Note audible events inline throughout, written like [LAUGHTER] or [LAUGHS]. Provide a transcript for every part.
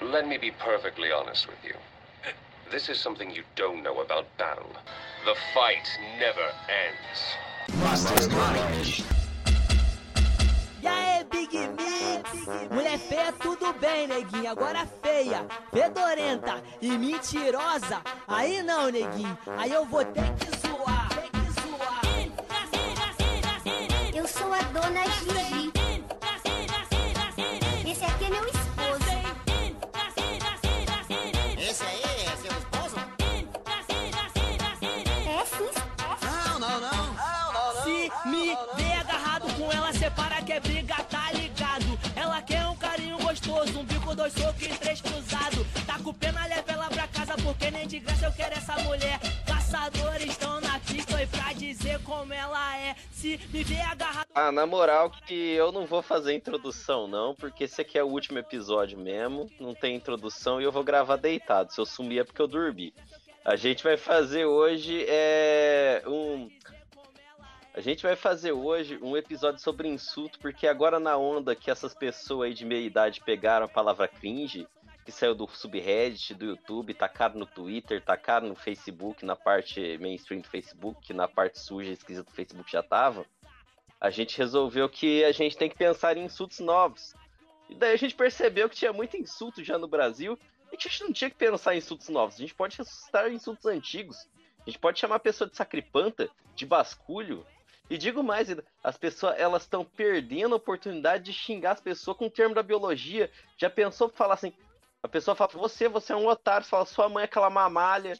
Let me be perfectly honest with you. This is something you don't know about battle. The fight never ends. E aí, Big Mix? Mulher feia, tudo bem, neguinho. Agora feia, fedorenta e mentirosa. Aí não, neguinho. Aí eu vou ter que zoar. Ter que zoar. Eu sou a dona Gigi. Esse aqui é meu esposo. Esse aí é seu esposo? É sim, esposo. Não, não, não. Não, não, não. Se me ver agarrado com ela, separa que é briga, tá ligado? Ela quer um carinho gostoso, um bico, dois socos e três cruzados. Tá com pena, leva ela pra casa, porque nem de graça eu quero essa mulher. Caçadores estão na pista e pra dizer como ela é. Se me ver agarrado. Ah, na moral que eu não vou fazer introdução não, porque esse aqui é o último episódio mesmo, não tem introdução e eu vou gravar deitado, se eu sumir é porque eu dormi. A gente vai fazer hoje é um A gente vai fazer hoje um episódio sobre insulto, porque agora na onda que essas pessoas aí de meia idade pegaram a palavra cringe, que saiu do subreddit, do YouTube, tacaram no Twitter, tacaram no Facebook, na parte mainstream do Facebook, que na parte suja e esquisita do Facebook já tava a gente resolveu que a gente tem que pensar em insultos novos. E daí a gente percebeu que tinha muito insulto já no Brasil e que a gente não tinha que pensar em insultos novos. A gente pode ressuscitar insultos antigos. A gente pode chamar a pessoa de sacripanta, de basculho. E digo mais, ainda, as pessoas elas estão perdendo a oportunidade de xingar as pessoas com o termo da biologia. Já pensou pra falar assim? A pessoa fala, você, você é um otário, você fala, sua mãe é aquela mamalha.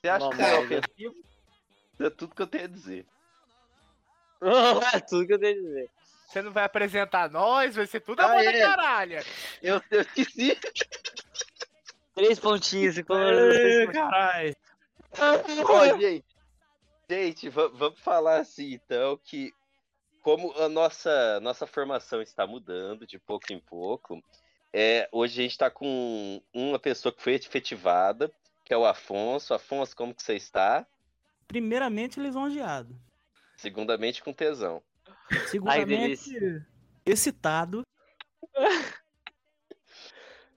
Você acha que isso é Mamalha. ofensivo? Isso É tudo que eu tenho a dizer. é tudo que eu tenho a dizer. Você não vai apresentar nós, vai ser tudo Ah, a moda é. caralho. Eu, eu esqueci. Três pontinhos, cinco Caralho. Ó, gente, gente, va- vamos falar assim então que como a nossa nossa formação está mudando de pouco em pouco, é, hoje a gente está com uma pessoa que foi efetivada, que é o Afonso. Afonso, como que você está? Primeiramente, lisonjeado. Segundamente, com tesão. né, Segundamente, excitado.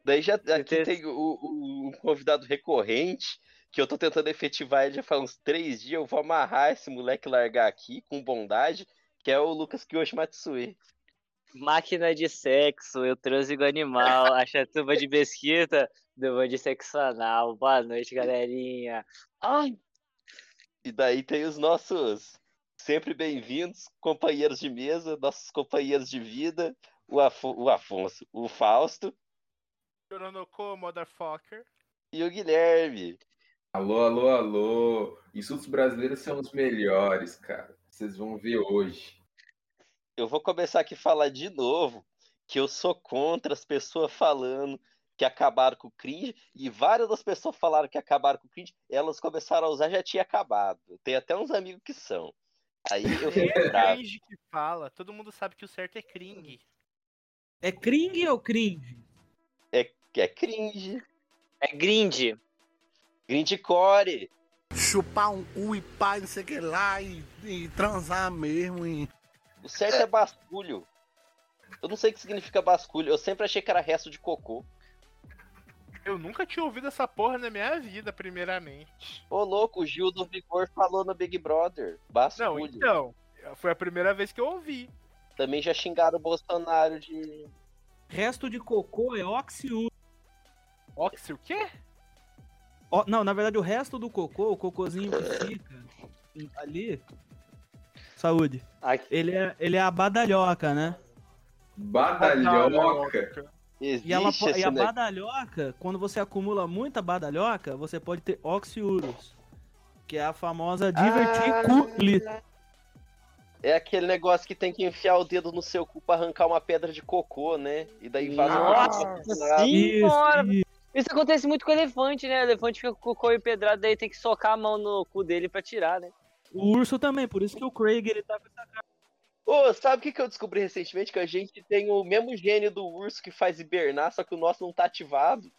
Daí já aqui Certeza. tem o, o- um convidado recorrente que eu tô tentando efetivar ele já faz uns três dias. Eu vou amarrar esse moleque e largar aqui com bondade, que é o Lucas Kyoshi Matsui. Máquina de sexo, eu transigo animal, a chatuba de mesquita, do de sexo anal. Boa noite, galerinha. Ai, E daí tem os nossos sempre bem-vindos, companheiros de mesa, nossos companheiros de vida, o, Afo- o Afonso, o Fausto Choronocô, motherfucker. e o Guilherme. Alô, alô, alô. Insultos brasileiros são os melhores, cara. Vocês vão ver hoje. Eu vou começar aqui a falar de novo que eu sou contra as pessoas falando que acabaram com o cringe, e várias das pessoas falaram que acabaram com o cringe, elas começaram a usar já tinha acabado. Tem até uns amigos que são. Aí eu Quem [LAUGHS] fico é bravo. cringe que fala? Todo mundo sabe que o certo é cringe. É cringe ou [LAUGHS] cringe? Que é cringe, é grind. grindecore. chupar um cu e pá, não sei o que lá, e, e transar mesmo. E... O certo é basculho. Eu não sei o que significa basculho. Eu sempre achei que era resto de cocô. Eu nunca tinha ouvido essa porra na minha vida, primeiramente. Ô louco, o Gil do Vigor falou no Big Brother. Não, Basculho. então. Foi a primeira vez que eu ouvi. Também já xingaram o Bolsonaro de. Resto de cocô é oxiúdo. Oxi, o quê? Ó, não, na verdade, o resto do cocô, o cocôzinho que fica ali. Saúde. Aqui. Ele é, ele é a badalhoca, né? Badalhoca. Existe E, ela, po- esse e a negócio. badalhoca, quando você acumula muita badalhoca, você pode ter oxiúros. Que é a famosa Ah. diverticulite. É aquele negócio que tem que enfiar o dedo no seu cu pra arrancar uma pedra de cocô, né? E daí vaza Nossa Bolsonaro. Isso, senhora! isso. Isso acontece muito com elefante, né? O elefante fica com o cocô empedrado, daí tem que socar a mão no cu dele pra tirar, né? O urso também, por isso que o Craig ele tá com essa Ô, sabe o que, que eu descobri recentemente? Que a gente tem o mesmo gênio do urso que faz hibernar, só que o nosso não tá ativado.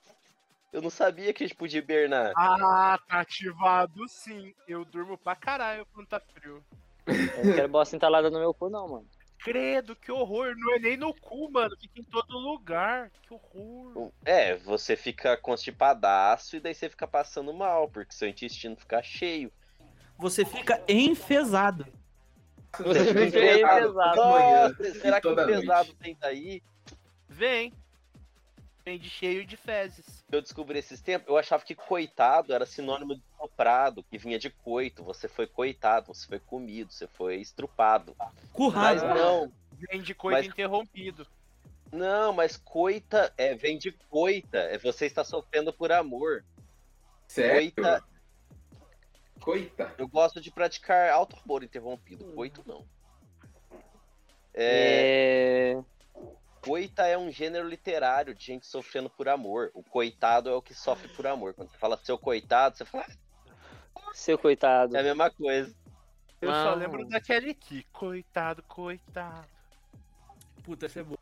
Eu não sabia que a gente podia hibernar. Ah, tá ativado sim. Eu durmo pra caralho quando tá frio. Eu não quero bosta entalada no meu cu, não, mano. Credo, que horror. Não é nem no cu, mano. Fica em todo lugar. Que horror. É, você fica constipadaço e daí você fica passando mal, porque seu intestino fica cheio. Você fica enfesado. Você fica é pesado. Nossa, será que o pesado tem daí? Vem. Vem de cheio de fezes. Eu descobri esses tempos, eu achava que coitado era sinônimo de soprado, que vinha de coito. Você foi coitado, você foi comido, você foi estrupado. Mas Currado. não, Vem de coito Mas- interrompido. não, mas coita é, vem de coita. É você está sofrendo por amor. Sério? Coita, Coita. eu gosto de praticar alto amor interrompido. Coito não. É, É... Coita é um gênero literário de gente sofrendo por amor. O coitado é o que sofre por amor. Quando você fala seu coitado, você fala, "Ah, Seu coitado. é a mesma coisa. Eu só Ah. lembro daquele aqui. Coitado, coitado. Puta, essa é boa.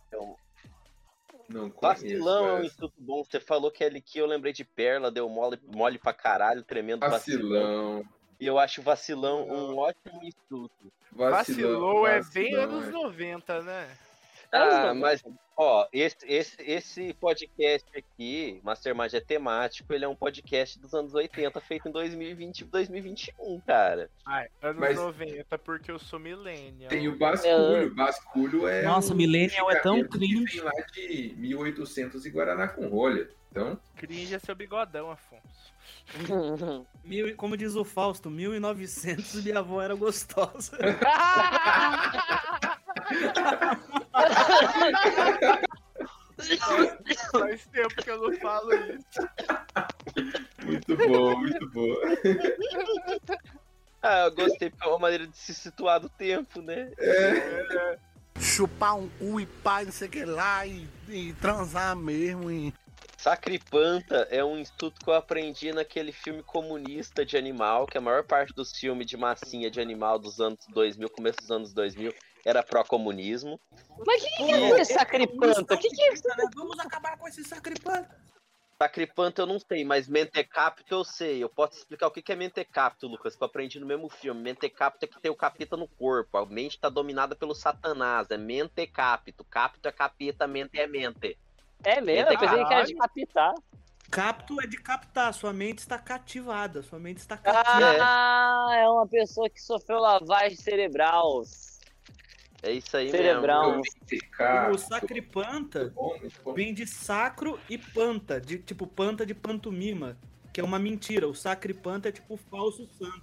Não conheço. Vacilão é um essa. insulto bom. Você falou que é que eu lembrei de Perla, deu mole, mole pra caralho, tremendo vacilão. Vacilão. E eu acho vacilão um ótimo insulto. Vacilou, Vacilão, é bem vacilão, anos é. 90, né? Ah, mas, ó, esse, esse, esse podcast aqui, Mastermind é temático, ele é um podcast dos anos 80, feito em 2020 e 2021, cara. Ai, anos Mas- 90, porque eu sou millennial. Tem o basculho. Basculho é. Nossa, um Millennial é tão medicamento que cringe. Vem lá de 1800 e Guaraná com rolha. [LAUGHS] Então, Cringe é seu bigodão, Afonso. Mil, e- como diz o Fausto, 1900 minha avó era gostosa. Faz tempo que eu não falo isso. muito bom, muito bom. Ah, eu gostei, porque é uma maneira de se situar do tempo, né? [LAUGHS] É, Chupar um cu e pá, não sei o que lá, e, e transar mesmo. E... Sacripanta é um insulto que eu aprendi naquele filme comunista de animal, que a maior parte dos filmes de massinha de animal dos anos 2000, começo dos anos 2000, era pró-comunismo. Mas o [LAUGHS] que, que é esse sacripanto? O que, que é Vamos acabar com esse é sacripanta. Sacripanta eu não sei, mas mentecapto eu sei. Eu posso explicar o que que é mentecapto, Lucas, que eu aprendi no mesmo filme. Mentecapto é que tem o capeta no corpo, a mente tá dominada pelo satanás, é mentecapto. Capto é capeta, mente é mente. É mesmo? Eu pensei que era de Caralho. capital. Capto é de captar, sua mente está cativada, sua mente está cativa. Ah, é uma pessoa que sofreu lavagem cerebral. É isso aí Cerebral. mesmo. O Mentecapto. sacripanta Muito bom, muito bom. vem de sacro e panta, de tipo panta de pantomima, que é uma mentira. O sacripanta é tipo o falso santo.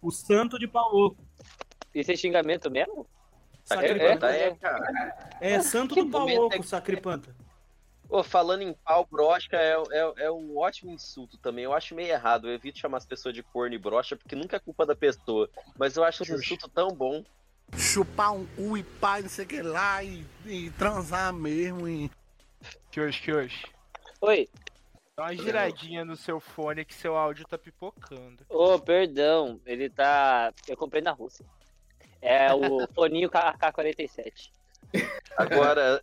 O santo de Paulo. Isso é xingamento mesmo? Sacripanta É, é, é. cara. É, santo do pau momento é louco, que- sacripanta. Ô, falando em pau, brocha é, é, é um ótimo insulto também. Eu acho meio errado. Eu evito chamar as pessoas de corno e brocha, porque nunca é culpa da pessoa. Mas eu acho um insulto tão bom. [LAUGHS] Chupar um cu e pá, não sei o que lá, e, e transar mesmo. E... Que hoje, que hoje. Oi. Dá uma giradinha no seu fone que seu áudio tá pipocando. Ô, perdão. Ele tá. Eu comprei na Rússia. É [LAUGHS] o Foninho KK47. Agora,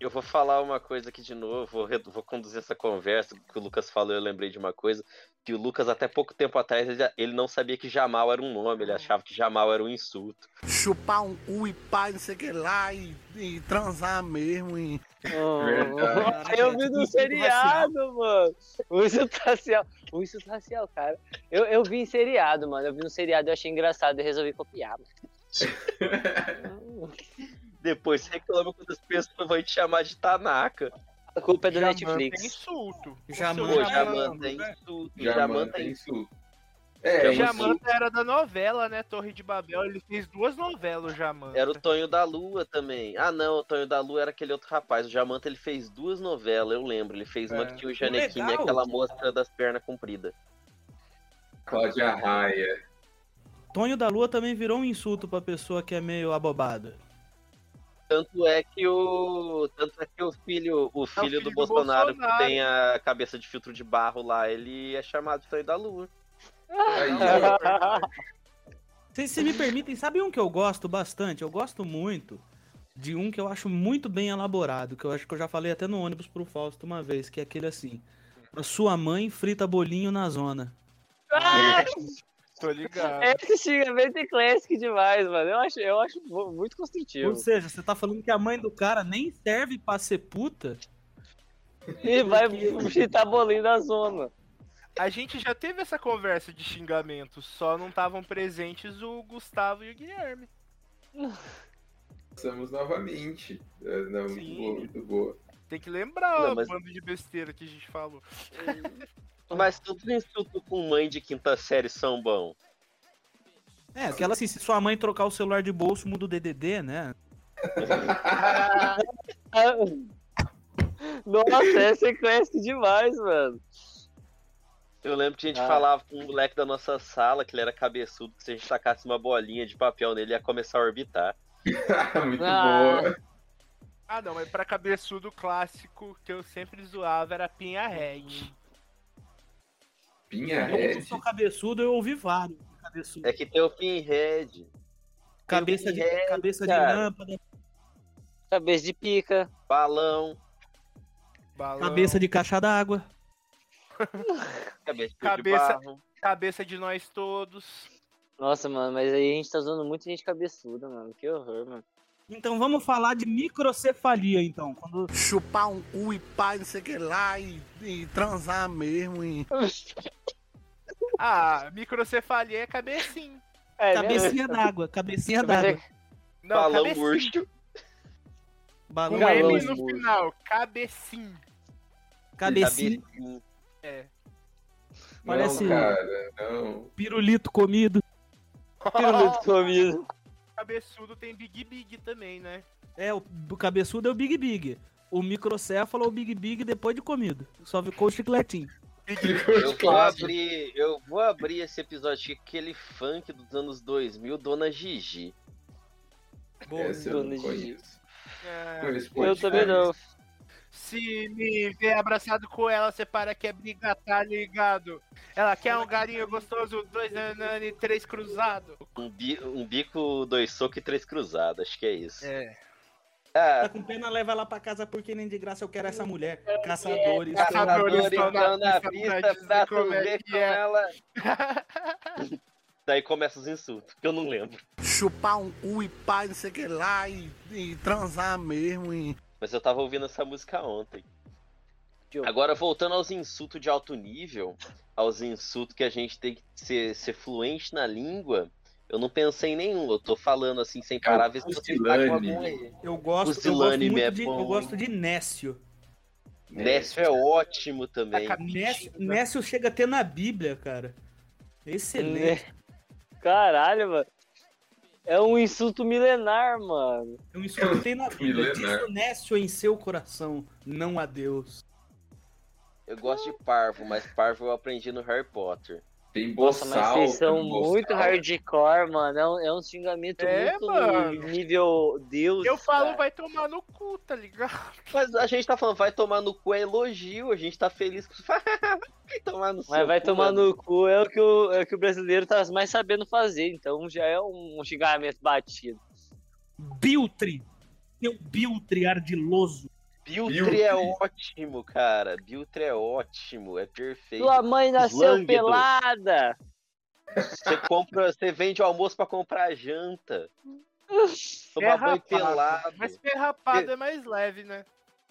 eu vou falar uma coisa aqui de novo. Vou, redu- vou conduzir essa conversa que o Lucas falou. Eu lembrei de uma coisa. Que o Lucas, até pouco tempo atrás, ele, ele não sabia que Jamal era um nome. Ele achava que Jamal era um insulto. Chupar um cu e pá, não sei o que lá, e, e transar mesmo. E... Verdade. Eu vi no seriado, mano. O insulto racial. O insulto racial, cara. Eu, eu vi em seriado, mano. Eu vi no seriado, eu achei engraçado e resolvi copiar. [LAUGHS] Mano. Depois você reclama quando as pessoas vão te chamar de Tanaka. A culpa é do Jamanta É Netflix. insulto. Jamanta. Pô, Jamanta, Jamanta é insulto. Jamanta Jamanta é é insulto. insulto. É, Jamanta. insulto. Jamanta era da novela, né? Torre de Babel. Ele fez duas novelas, o Jamanta. Era o Tonho da Lua também. Ah, não, o Tonho da Lua era aquele outro rapaz. O Jamanta ele fez duas novelas, eu lembro. Ele fez uma É. que tinha o Janequim e Legal. aquela moça das pernas compridas. Cláudia Raia. Tonho da Lua também virou um insulto pra pessoa que é meio abobada. Tanto é que o. Tanto é que o filho, o filho, filho do, do Bolsonaro, Bolsonaro. que tem a cabeça de filtro de barro lá, ele é chamado de Tonho da Lua. Aí, ó. Vocês se me permitem, sabe um que eu gosto bastante? Eu gosto muito de um que eu acho muito bem elaborado, que eu acho que eu já falei até no ônibus pro Fausto uma vez, que é aquele assim. A sua mãe frita bolinho na zona. Tô ligado. Ah, Esse xingamento é classic demais, mano. Eu acho, eu acho mu- muito construtivo. Ou seja, você tá falando que a mãe do cara nem serve pra ser puta? E vai chutar bolinho da zona. A gente já teve essa conversa de xingamento, só não estavam presentes o Gustavo e o Guilherme. Passamos novamente. É, Não, muito Sim. boa, muito boa. [LAUGHS] Tem que lembrar Não, o mas- bando de besteira que a gente falou. Mas tudo insulto com mãe de quinta série são bom. É, aquela assim, se sua mãe trocar o celular de bolso, muda o DDD, né? Ah, Nossa, essa é classic demais, mano. Eu lembro que a gente Ah. falava com um moleque da nossa sala, que ele era cabeçudo, que se a gente tacasse uma bolinha de papel nele, ia começar a orbitar. muito Ah. boa. Ah, não, mas pra cabeçudo clássico que eu sempre zoava era Pinhead. Pinha Eu não Red. sou cabeçudo, eu ouvi vários. Cabeçudo. É que tem o Pinhead, cabeça de, é, cabeça de cara. lâmpada, Cabeça de pica. balão, Balão. cabeça de caixa d'água. cabeça de Cabeça- barro. Cabeça de nós todos. Nossa, mano, mas aí a gente tá usando muito gente cabeçuda, mano. Que horror, mano. Então vamos falar de microcefalia, então. Quando Chupar um cu e pá, não sei o que lá, e, e transar mesmo. E... Ah, microcefalia é cabecinho. É, cabecinha d'água, cabecinha Cabeça- d'água. Não, balão cabecinho. urso. Com Balão, Balão. M no murcho. final, cabecinho. cabecinha, cabecinha. É. Parece- assim, Não, cara, não. [LAUGHS] pirulito comido. [LAUGHS] Pirulito comido. Cabeçudo tem Big Big também, né? É, o, o cabeçudo é o Big Big. O microcéfalo é o Big Big depois de comido. Só ficou o chicletinho. Eu vou, abrir, eu vou abrir esse episódio aqui com aquele funk dos anos 2000, Dona Gigi. É. Essa eu Dona não Gigi. conheço. É. Conheço Eu podcast. também não. Se me ver abraçado com ela, você para que é briga, tá ligado? Ela quer um galinho gostoso, dois nanani, três cruzado. [LAUGHS] Um, bi- um bico, dois socos e três cruzadas, acho que é isso. É. Ah, Tá com pena, leva lá pra casa porque nem de graça eu quero essa mulher. Caçadores. Caçadores é, caçadores tá? estão estão na na pista pra pista dizer pra como é ver que com é. ela. Daí começa os insultos, que eu não lembro. Chupar um cu e pá, não sei o que lá, e, e transar mesmo. E... Mas eu tava ouvindo essa música ontem. Tio. Agora, voltando aos insultos de alto nível, aos insultos que a gente tem que ser, ser fluente na língua, eu não pensei em nenhum. Eu tô falando assim, sem parar, ver se eu tenho que dar com Pusilânime. algum aí. Eu gosto, eu gosto Pusilânime muito é de, bom. eu gosto de Nécio. né? Nécio é ótimo também. Nécio, Nécio chega a ter na Bíblia, cara. Excelente. É. Caralho, mano. É um insulto milenar, mano. Eu me escutei [LAUGHS] na Bíblia. Milenar. Diz o Nécio em seu coração, não a Deus. Eu gosto de parvo, mas parvo eu aprendi no Harry Potter. Tem Nossa, boçal. mas vocês são tem boçal. muito hardcore, mano. É um, é um xingamento É, muito mano. nível Deus. Eu falo, cara. vai tomar no cu, tá ligado? Mas a gente tá falando, vai tomar no cu é elogio, a gente tá feliz com [LAUGHS] Vai tomar no Mas seu vai cu, tomar mano. no cu, é o, que o, é o que o brasileiro tá mais sabendo fazer, então já é um xingamento batido. Biltre. Seu Biltre ardiloso. Biltre, Biltre. é ótimo, cara. Biltre é ótimo, é perfeito. Sua mãe nasceu Lânguido. pelada! Você compra, você vende o almoço pra comprar [LAUGHS] janta. Tomar banho Ferrapado. pelado. Mas ferrapado é mais leve, né?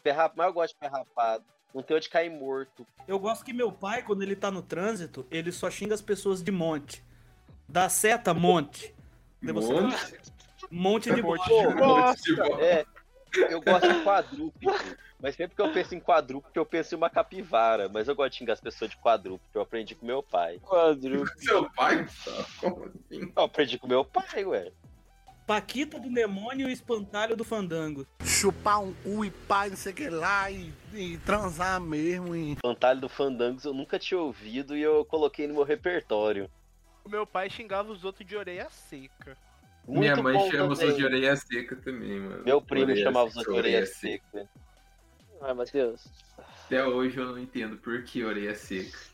Perra- Mas eu gosto de pé rapado. Não tem onde cair [LAUGHS] morto. Eu gosto que meu pai, quando ele tá no trânsito, ele só xinga as pessoas de monte. Dá seta, monte. Daí você- um Monte? Monte de Monte bosta. Monte [LAUGHS] Nossa. de bola. É, eu gosto de quadrúpede. Mas sempre que eu penso em quadrúpede, eu penso em uma capivara. Mas eu gosto de xingar as pessoas de quadrúpede. Eu aprendi com meu pai. Quadru. Seu pai, Gustavo? Como assim? Eu aprendi com meu pai, ué. Paquita do demônio e o espantalho do fandango. Chupar um cu e pá, não sei o que lá, e, e transar mesmo. E... Fantalho do Fandangos eu nunca tinha ouvido e eu coloquei no meu repertório. O meu pai xingava os outros de orelha seca. Muito Minha mãe bom chama você também. de orelha seca também, mano. Meu primo Orelha chamava seca, você de orelha seca. Ai, Ah, Matheus. Até hoje eu não entendo por que [LAUGHS] orelha seca. [LAUGHS]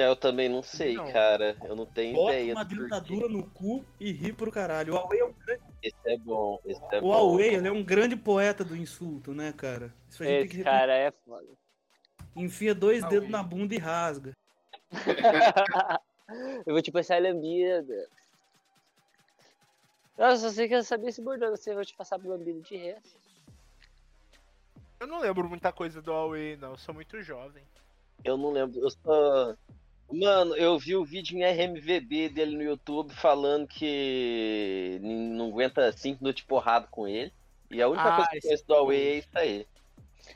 É, Eu também não sei, Não. cara. Eu não tenho Bota ideia. uma do porquê. dentadura no cu e ri pro caralho. O Huawei é um grande, Esse é bom. Esse é o bom. Huawei, ele é um grande poeta do insulto, né, cara? Isso a gente tem que Esse cara é foda. Enfia dois Huawei. dedos na bunda e rasga. [LAUGHS] Eu vou te passar é a lambida. Nossa, você quer saber esse bordão, você vai te passar lambida de resto. Eu não lembro muita coisa do Huawei, não. Eu sou muito jovem. Eu não lembro. Eu só. Mano, eu vi o vídeo em RMVB dele no YouTube falando que n- não aguenta 5 minutos de porrada com ele. E a única Ah, coisa que eu esse conheço do Huawei é isso aí.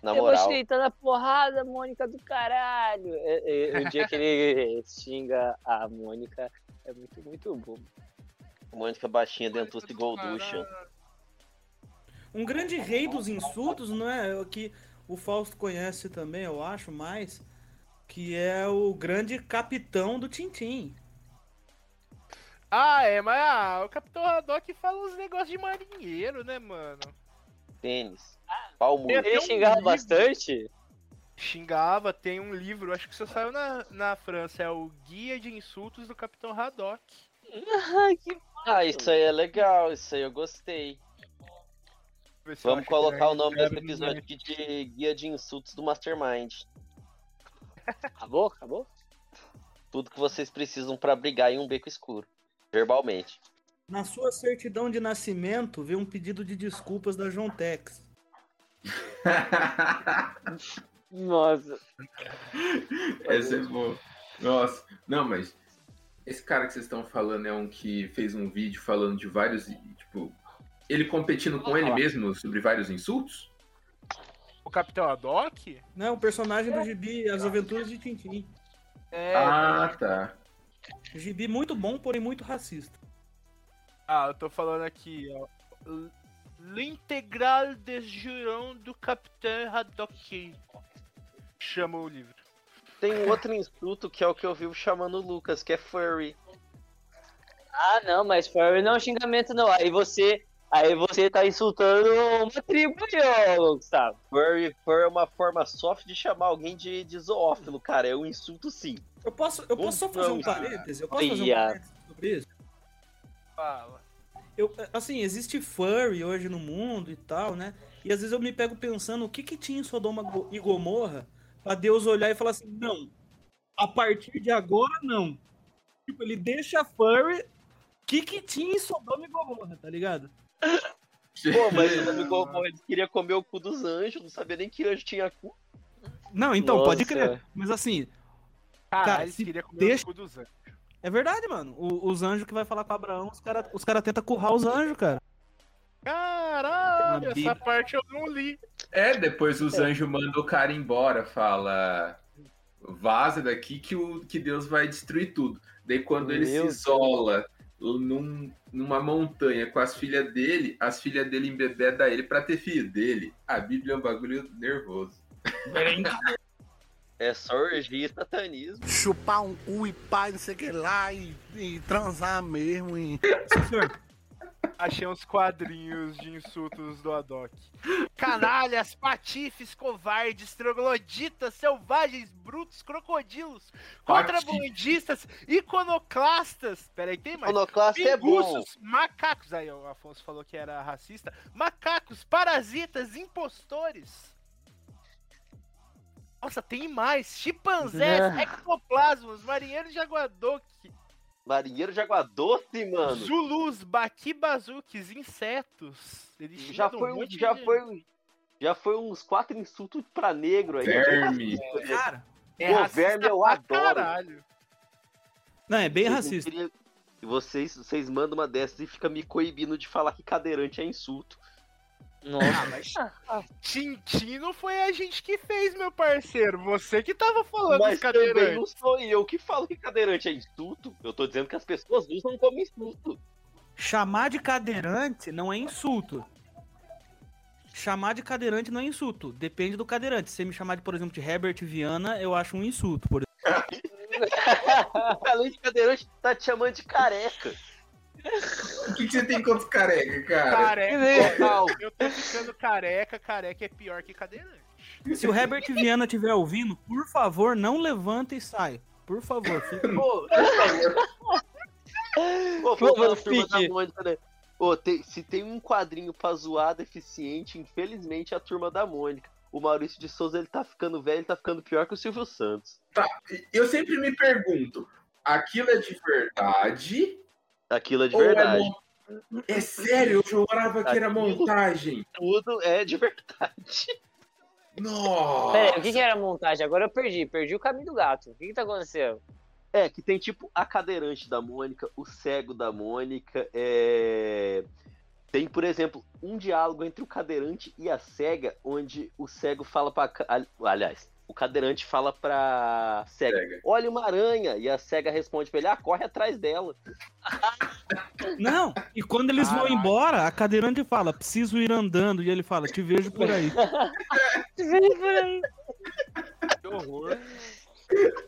Na eu vou moral. te deitar na porrada, Mônica do caralho. É, é, o dia que ele [LAUGHS] xinga a Mônica é muito, muito bom. Mônica baixinha dentro do Golducha. Um grande rei dos insultos, não é? O Que o Fausto conhece também, eu acho, mais. Que é o grande capitão do Tintim. Ah, é, mas ah, o Capitão Haddock fala uns negócios de marinheiro, né, mano? Tênis. Pau murcho. Tem até Ele um xingava livro. bastante? Xingava, tem um livro, acho que só saiu na, na França, é o Guia de Insultos do Capitão Haddock. Ah, que Ah, isso aí é legal, isso aí eu gostei. Deixa eu ver se eu Vamos acho colocar aqui, o nome né? desse episódio aqui de Guia de Insultos do Mastermind. Acabou? Acabou? Tudo que vocês precisam pra brigar em um beco escuro. Verbalmente. Na sua certidão de nascimento, vê um pedido de desculpas da João Tex. Nossa. Essa é boa. Nossa, não, mas esse cara que vocês estão falando é um que fez um vídeo falando de vários, tipo, ele competindo com ele mesmo sobre vários insultos? O Capitão Haddock? Né? O personagem do Gibi, As Aventuras de Tintim. Um É. Ah, tá. Gibi muito bom, porém muito racista. Ah, eu tô falando aqui, ó. L'integral de Jurão do Capitão Haddock. Chama o livro. Tem um outro insulto que é o que eu vivo chamando o Lucas, que é furry. Ah, não, mas Furry não é um xingamento, não. Aí você. Aí você tá insultando uma tribo aí, ô [LAUGHS] Gustavo. Furry, fur é uma forma soft de chamar alguém de, de zoófilo, cara. É um insulto sim. Eu posso, eu posso só fazer um Então, parêntese? Eu posso fazer um olha. parêntese sobre isso? Fala. Eu, assim, existe furry hoje no mundo e tal, né? E às vezes eu me pego pensando o que que tinha em Sodoma Go- e Gomorra pra Deus olhar e falar assim, não, a partir de agora, não. Tipo, ele deixa furry, o que que tinha em Sodoma e Gomorra, tá ligado? Pô, [LAUGHS] mas o nome Gomorra ele queria comer o cu dos anjos, não sabia nem que anjo tinha cu. Não, então, pode Nossa. crer. Mas assim, Caralho, se queria comer deixa- o cu dos anjos. é verdade, mano. O- os anjos que vai falar com Abraão, os caras os cara tentam currar os anjos, cara. Caralho, Na essa Bíblia. parte eu não li. É, depois os anjos mandam o cara embora, fala. Vaza daqui que, o, que Deus vai destruir tudo. Daí quando ele se Meu Deus. isola num- numa montanha com as filhas dele, as filhas dele embebedam ele pra ter filho dele. A Bíblia é um bagulho nervoso. É só orgia e satanismo. Chupar um cu e pá, não sei o que lá, e, e transar mesmo. E... Achei uns quadrinhos de insultos do Adoc. Canalhas, patifes, covardes, trogloditas, selvagens, brutos, crocodilos, Patifes. contrabandistas, iconoclastas. Peraí, tem mais? Monoclasse é bom. Pinguços, macacos. Aí o Afonso falou que era racista. Macacos, parasitas, impostores. Nossa, tem mais. Né? Chimpanzés, Ah. ectoplasmos, marinheiros de aguadoque, Marinheiro de água doce, mano. Zulus, baquibazuques, insetos. Eles Já mandam um foi, um, monte já, de- foi, um- já foi uns quatro insultos pra negro aí. Verme. Ah, Cara. É Pô, racista verme eu pra adoro. Caralho. Não, é bem Eu não racista. queria- E vocês, vocês mandam uma dessas e fica me coibindo de falar que cadeirante é insulto. Nossa. Tintin não foi a gente que fez, meu parceiro. Você que tava falando Mas dos também cadeirantes. não sou eu que falo que cadeirante é insulto. Eu tô dizendo que as pessoas usam como insulto. Chamar de cadeirante não é insulto. Chamar de cadeirante não é insulto. Depende do cadeirante. Se você me chamar, de, por exemplo, de Herbert Viana, eu acho um insulto. Por... exemplo. Além de cadeirante, tá te chamando de careca. [LAUGHS] O que, que você tem contra os careca, cara? Careca. Total. Eu tô ficando careca, careca é pior que cadeirante. Se o Herbert Viana estiver ouvindo, por favor, não levanta e sai. Por favor, fica. [LAUGHS] Pô, por favor. Pô, foi Pô, uma mas turma da fique. Mônica, né? Ô, tem- se tem um quadrinho pra zoar deficiente, infelizmente é a turma da Mônica. O Maurício de Souza ele tá ficando velho, ele tá ficando pior que o Silvio Santos. Eu sempre me pergunto, aquilo é de verdade? Aquilo é de Ou é verdade. mon- É sério, eu jurava que era Aquilo- montagem. Tudo é de verdade. Nossa. Pera aí, o que, que era a montagem? Agora eu perdi, perdi o caminho do gato. O que, que tá acontecendo? É, que tem tipo a cadeirante da Mônica, o cego da Mônica. é, Tem, por exemplo, um diálogo entre o cadeirante e a cega, onde o cego fala pra. ca- ali- Aliás, o cadeirante fala pra cega: Cega. Olha uma aranha! E a cega responde pra ele: Ah, corre atrás dela. Não, e quando eles vão embora, a cadeirante fala, preciso ir andando. E ele fala, te vejo por aí. Que horror.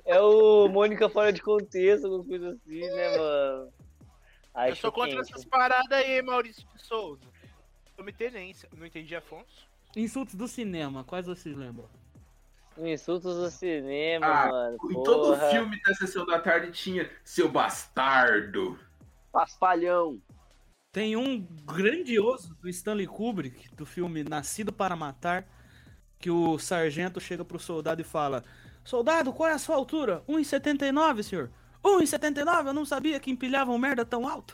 É o Mônica fora de contexto, alguma coisa assim, né, mano? Ai, Eu sou contra chocante. essas paradas aí, Maurício de Souza. Tome tenência. Não entendi, Afonso. [LAUGHS] Insultos do cinema, quais vocês lembram? Insultos um do cinema, Ah, mano. Em todo porra. filme da sessão da tarde tinha seu bastardo. Paspalhão! Tem um grandioso do Stanley Kubrick, do filme Nascido para Matar, que o sargento chega pro soldado e fala: Soldado, qual é a sua altura? 1,79, senhor. 1,79? Eu não sabia que empilhavam merda tão alto.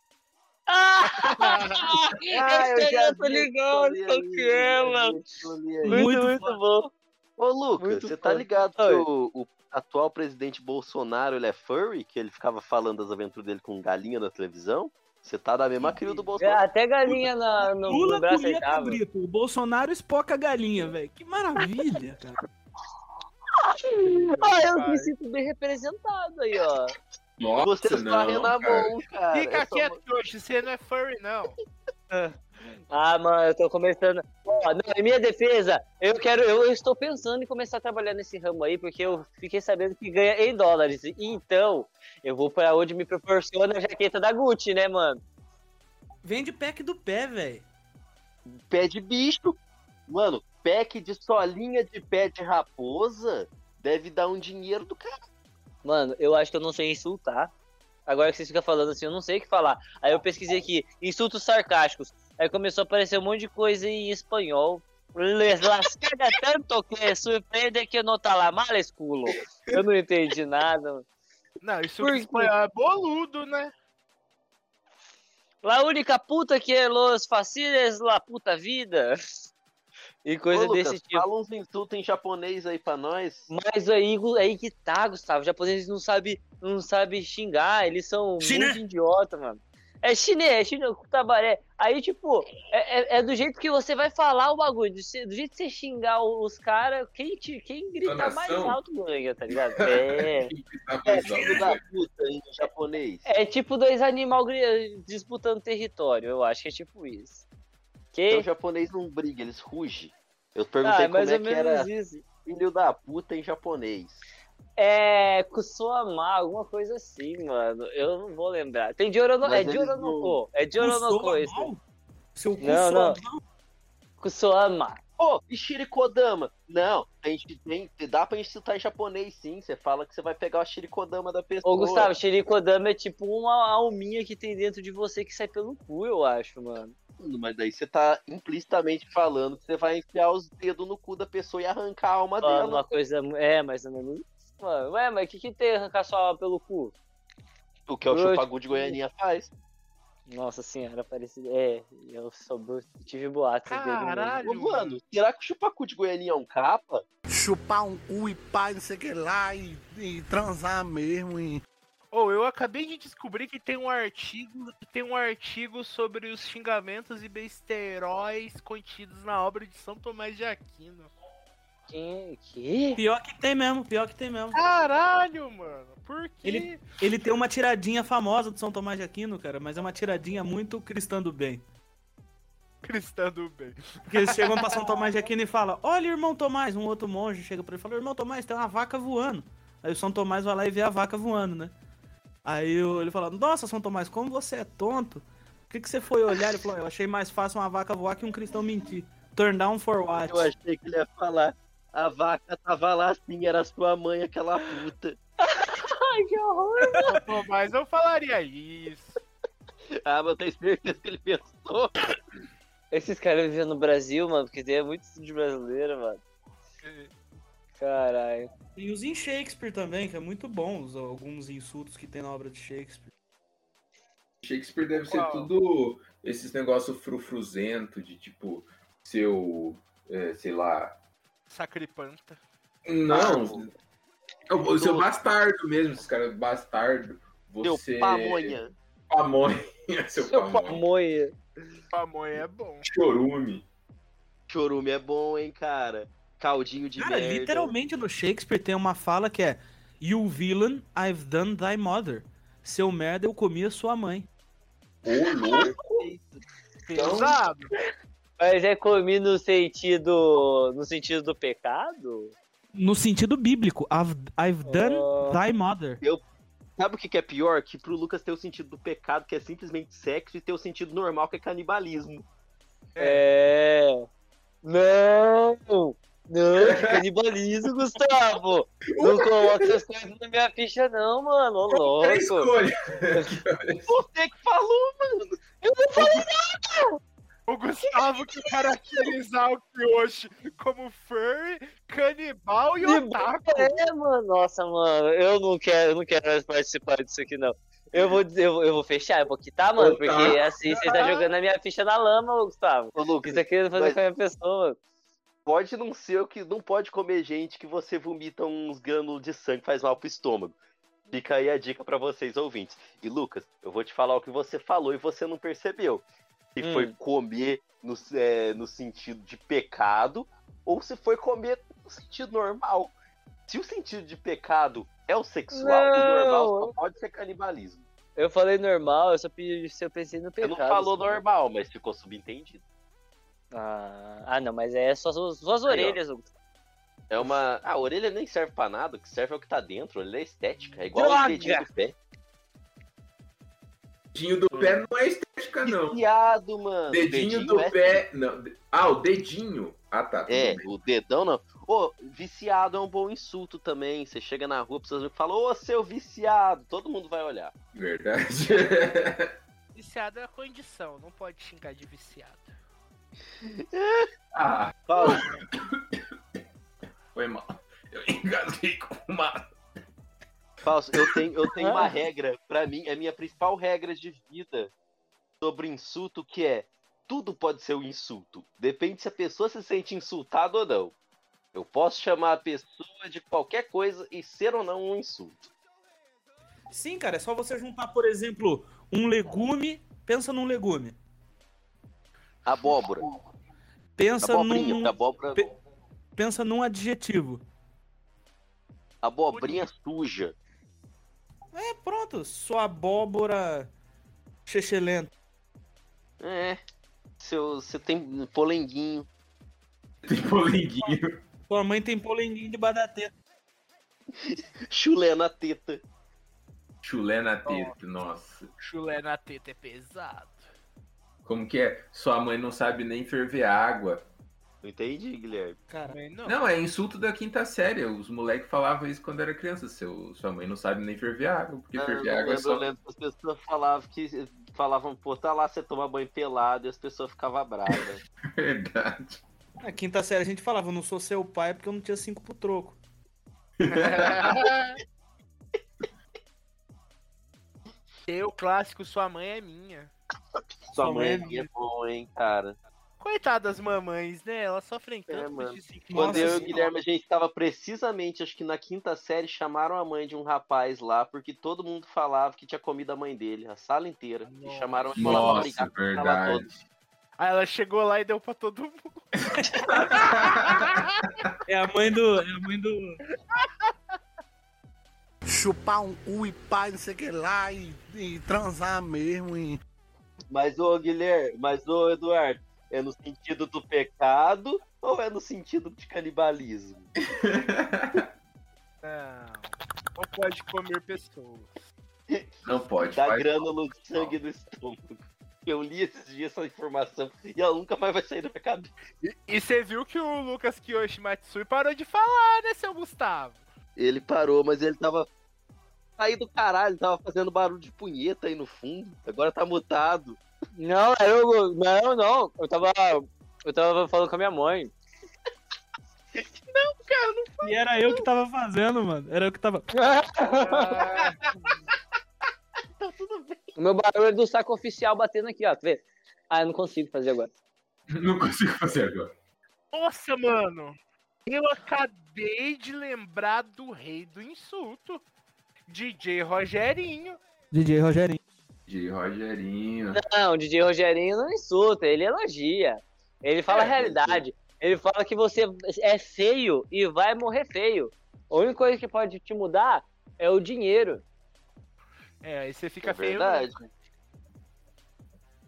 Ah, eu sei, eu tô ligado qual que é, mano. Muito, muito, Muito bom. Ô, Lucas, Muito você tá foda. ligado que Oi. o, o atual presidente Bolsonaro ele é furry? Que ele ficava falando das aventuras dele com galinha na televisão? Você tá da mesma cria do É, Bolsonaro. Até galinha na, no, no Lula braço é comia aceitava. cabrito, o Bolsonaro espoca a galinha, velho. Que maravilha, [LAUGHS] cara. Ah, eu me sinto bem representado aí, ó. Nossa, Você está não, na cara. mão, cara. Fica É só uma- quieto, trouxa. Você não é furry, não. Ah, mano, eu tô começando. Ó, não, em minha defesa, eu quero, eu, eu estou pensando em começar a trabalhar nesse ramo aí, porque eu fiquei sabendo que ganha em dólares. Então, eu vou pra onde me proporciona a jaqueta da Gucci, né, mano? Vende pack do pé, velho. Pé de bicho. Mano, pack de solinha de pé de raposa deve dar um dinheiro do cara. Mano, eu acho que eu não sei insultar. Agora que vocês ficam falando assim, eu não sei o que falar. Aí eu pesquisei aqui, insultos sarcásticos. Aí começou a aparecer um monte de coisa em espanhol. Les lascada tanto que surpreende que não tá lá mal, esculo. Eu não entendi nada, Não, isso Por que quê? espanhol é boludo, né? La única puta que é los faciles la puta vida. E coisa Ô, Lucas, desse tipo. fala uns insultos em japonês aí pra nós. Mas aí, Gu- aí que tá, Gustavo. Os japoneses não sabe, não sabe xingar. Eles são Chiné. muito idiota, mano. É chinês, é chinês, tabaré. Aí, tipo, é, é- é do jeito que você vai falar o bagulho. Do, se- do jeito que você xingar o- os caras, quem, te- quem grita mais Entonação. alto ganha, tá ligado? É. Tá É, mais filho alto, da né? puta em japonês. É tipo dois animal gri- disputando território. Eu acho que é tipo isso. Que Então, o japonês não briga, eles rugem. Eu perguntei é. Ah, como é que era isso. filho da puta em japonês. É, Kusuama, alguma coisa assim, mano. Eu não vou lembrar. Tem Jorono... Mas É eles Joronoko. É Joronoko Kusoa esse. mal? Seu cu Não, soa não. mal? Kusuama. Ô, oh, Shirikodama! Não, tem, tem, dá pra insultar em japonês sim. Você fala que você vai pegar o Shirikodama da pessoa. Ô, Gustavo, Shirikodama é tipo uma alminha que tem dentro de você que sai pelo cu, eu acho, mano. Mano, Mas daí você tá implicitamente falando que você vai enfiar os dedos no cu da pessoa e arrancar a alma Mano, dela. Ah, uma coisa... É, mais ou menos isso, mano. Ué, mas o que que tem arrancar sua alma pelo cu? O que é o Eu- chupagu de Goianinha faz. Nossa senhora, parece... É, eu soube... Tive boatos dele. mesmo. Ô, Caralho. mano, será que o chupacu de Goianinha é um capa? Chupar um cu e pá, não sei o que lá, e, e transar mesmo. E... Ou eu acabei de descobrir que tem um artigo, tem um artigo sobre os xingamentos e besteiróis contidos na obra de São Tomás de Aquino. Que? que? Pior que tem mesmo, pior que tem mesmo. Caralho, mano. Por quê? Ele- Ele tem uma tiradinha famosa do São Tomás de Aquino, cara, mas é uma tiradinha muito cristã do bem. Cristã do bem. Porque eles chegam pra São Tomás de Aquino e falam: Olha, irmão Tomás, um outro monge chega pra ele e fala: Irmão Tomás, tem uma vaca voando. Aí o São Tomás vai lá e vê a vaca voando, né? Aí o- ele fala: Nossa, São Tomás, como você é tonto. Por que, que você foi olhar? Ele falou: Eu achei mais fácil uma vaca voar que um cristão mentir. Turn down for what? Eu achei que ele ia falar. A vaca tava lá sim, era sua mãe, aquela puta. Ai, que horror. São Tomás não falaria isso. Ah, mas eu tenho certeza que ele pensou. Esses caras vivem no Brasil, mano, porque tem muito de brasileiro, mano. Caralho. E os em Shakespeare também, que é muito bom, os- alguns insultos que tem na obra de Shakespeare. Shakespeare deve ser Qual? tudo esses negócios frufruzento de tipo seu, é, sei lá. Sacripanta. Não, é o, o seu bastardo mesmo, esses caras bastardo. Seu Você. pamonha. Pamonha, [LAUGHS] seu, Seu pamonha. pamonha. Pamonha é bom. Chorume. Chorume é bom, hein, cara. Caldinho de Cara, merda. literalmente no Shakespeare tem uma fala que é You villain, I've done thy mother. Seu merda, eu comi a sua mãe. Ô, louco. Pesado. Mas é comi no sentido. no sentido do pecado? No sentido bíblico, I've, I've done É. Oh. thy mother. Sabe o que que é pior? Que pro Lucas ter o sentido do pecado, que é simplesmente sexo, e ter o sentido normal, que é canibalismo. É. Não! Não, que canibalismo, Gustavo! [LAUGHS] Não coloca essas coisas na minha ficha, não, mano. Ô, Era É a louco! escolha. Você que falou, mano! Eu não falei! O Gustavo que caracterizar o Kyoshi como furry, canibal e otaku. É, mano, nossa, mano, eu não quero, eu não quero mais participar disso aqui, não. Eu vou, dizer- eu, vou- eu vou fechar, eu vou quitar, mano, porque Otaku. assim você tá jogando a minha ficha na lama, ô, Gustavo. Ô, Você Lucas, tá querendo fazer Mas- com a minha pessoa, mano. é pode não ser o que. Não pode comer gente que você vomita uns grânulos de sangue, faz mal pro estômago. Fica aí a dica pra vocês, ouvintes. E Lucas, eu vou te falar o que você falou e você não percebeu. Se Hum. foi comer no, é, no sentido de pecado ou se foi comer no sentido normal. Se o sentido de pecado é o sexual, Não. o normal só pode ser canibalismo. Eu falei normal, eu só pe- eu pensei no Você pecado. assim, né? não falou Gustavo. normal, mas ficou subentendido. Ah, ah, não, mas é só suas, suas Aí, ó. orelhas, ô, Gustavo. É uma. A orelha nem serve pra nada, o que serve é o que tá dentro, a orelha é estética, é igual Droga! o dedinho do pé. Dedinho do pé não é estética, Que não. piado, mano. Dedinho do é- pé. Não. de- Ah, o dedinho. Ah, tá. tudo É, bem. o dedão não. Ô, viciado é um bom insulto também. Você chega na rua, precisa falar, ô seu viciado. Todo mundo vai olhar. Verdade. [LAUGHS] Viciado é a condição, não pode xingar de viciado. ah, Fala. foi mal. Eu engasguei com uma. Fausto, eu tenho, eu tenho Ah. uma regra, pra mim, é a minha principal regra de vida sobre insulto, que é tudo pode ser um insulto. Depende se a pessoa se sente insultada ou não. Eu posso chamar a pessoa de qualquer coisa e ser ou não um insulto. Sim, cara, é só você juntar, por exemplo, um legume. Pensa num legume. Abóbora. Pensa Abobrinha. num. Abóbora. pe- Pensa num adjetivo. Abobrinha suja. É, pronto. Sua abóbora chechelenta. É. Seu, você tem um polenguinho. Tem polenguinho. Sua mãe tem polenguinho de badateta. Chulé na teta. Chulé na teta, nossa. Chulé na teta é pesado. Como que é? Sua mãe não sabe nem ferver água. Não entendi, Guilherme. Cara, Também não. Não, é insulto da quinta série. Os moleques falavam isso quando era criança. Seu, sua mãe não sabe nem ferver água, porque Não, eu ferver Ah, não água é lembro, eu só. lembro. As pessoas falavam que falavam, pô, tá lá, você toma banho pelado, e as pessoas ficavam [LAUGHS] bravas. Verdade. na quinta série a gente falava, eu não sou seu pai porque eu não tinha cinco pro troco. Tem o clássico Sua Mãe é Minha. Sua mãe é mãe- minha bom, hein, cara. Coitadas mamães, né? Elas sofrem É, tanto mano. mas dizem que- Quando Nossa eu e o senhora. Guilherme, a gente tava precisamente, acho que na quinta série, chamaram a mãe de um rapaz lá, porque todo mundo falava que tinha comido a mãe dele, a sala inteira. E Nossa. chamaram ela pra Nossa, brigar com ela toda. verdade. Aí ela chegou lá e deu pra todo mundo. É a mãe do. É a mãe do. Chupar um cu e pá, não sei o que lá, e, e transar mesmo. E... Mas ô Guilherme, mas ô Eduardo, é no sentido do pecado ou é no sentido de canibalismo? Não, não pode comer pessoas. Não pode. Da faz- grânulo de sangue do estômago. Eu li esses dias essa informação e ela nunca mais vai sair da minha cabeça. E você viu que o Lucas Kiyoshi Matsui parou de falar, né, seu [LAUGHS] Gustavo? Ele parou, mas ele tava. Aí do caralho, tava fazendo barulho de punheta aí no fundo. Agora tá mutado. Não, [LAUGHS] eu. Não, não. Eu tava. Eu tava falando com a minha mãe. E era eu que tava fazendo, mano. Era eu que tava. O meu barulho é do saco oficial batendo aqui, ó. Tá vendo? Ah, eu não consigo fazer agora. [LAUGHS] Não consigo fazer [LAUGHS] agora. Nossa, mano. Eu acabei de lembrar do rei do insulto. DJ Rogerinho. DJ Rogerinho. De Rogerinho. Não, o DJ Rogerinho não insulta, ele elogia. Ele fala É, a realidade. Ele fala que você é feio e vai morrer feio. A única coisa que pode te mudar é o dinheiro. É, aí você fica É feio. verdade.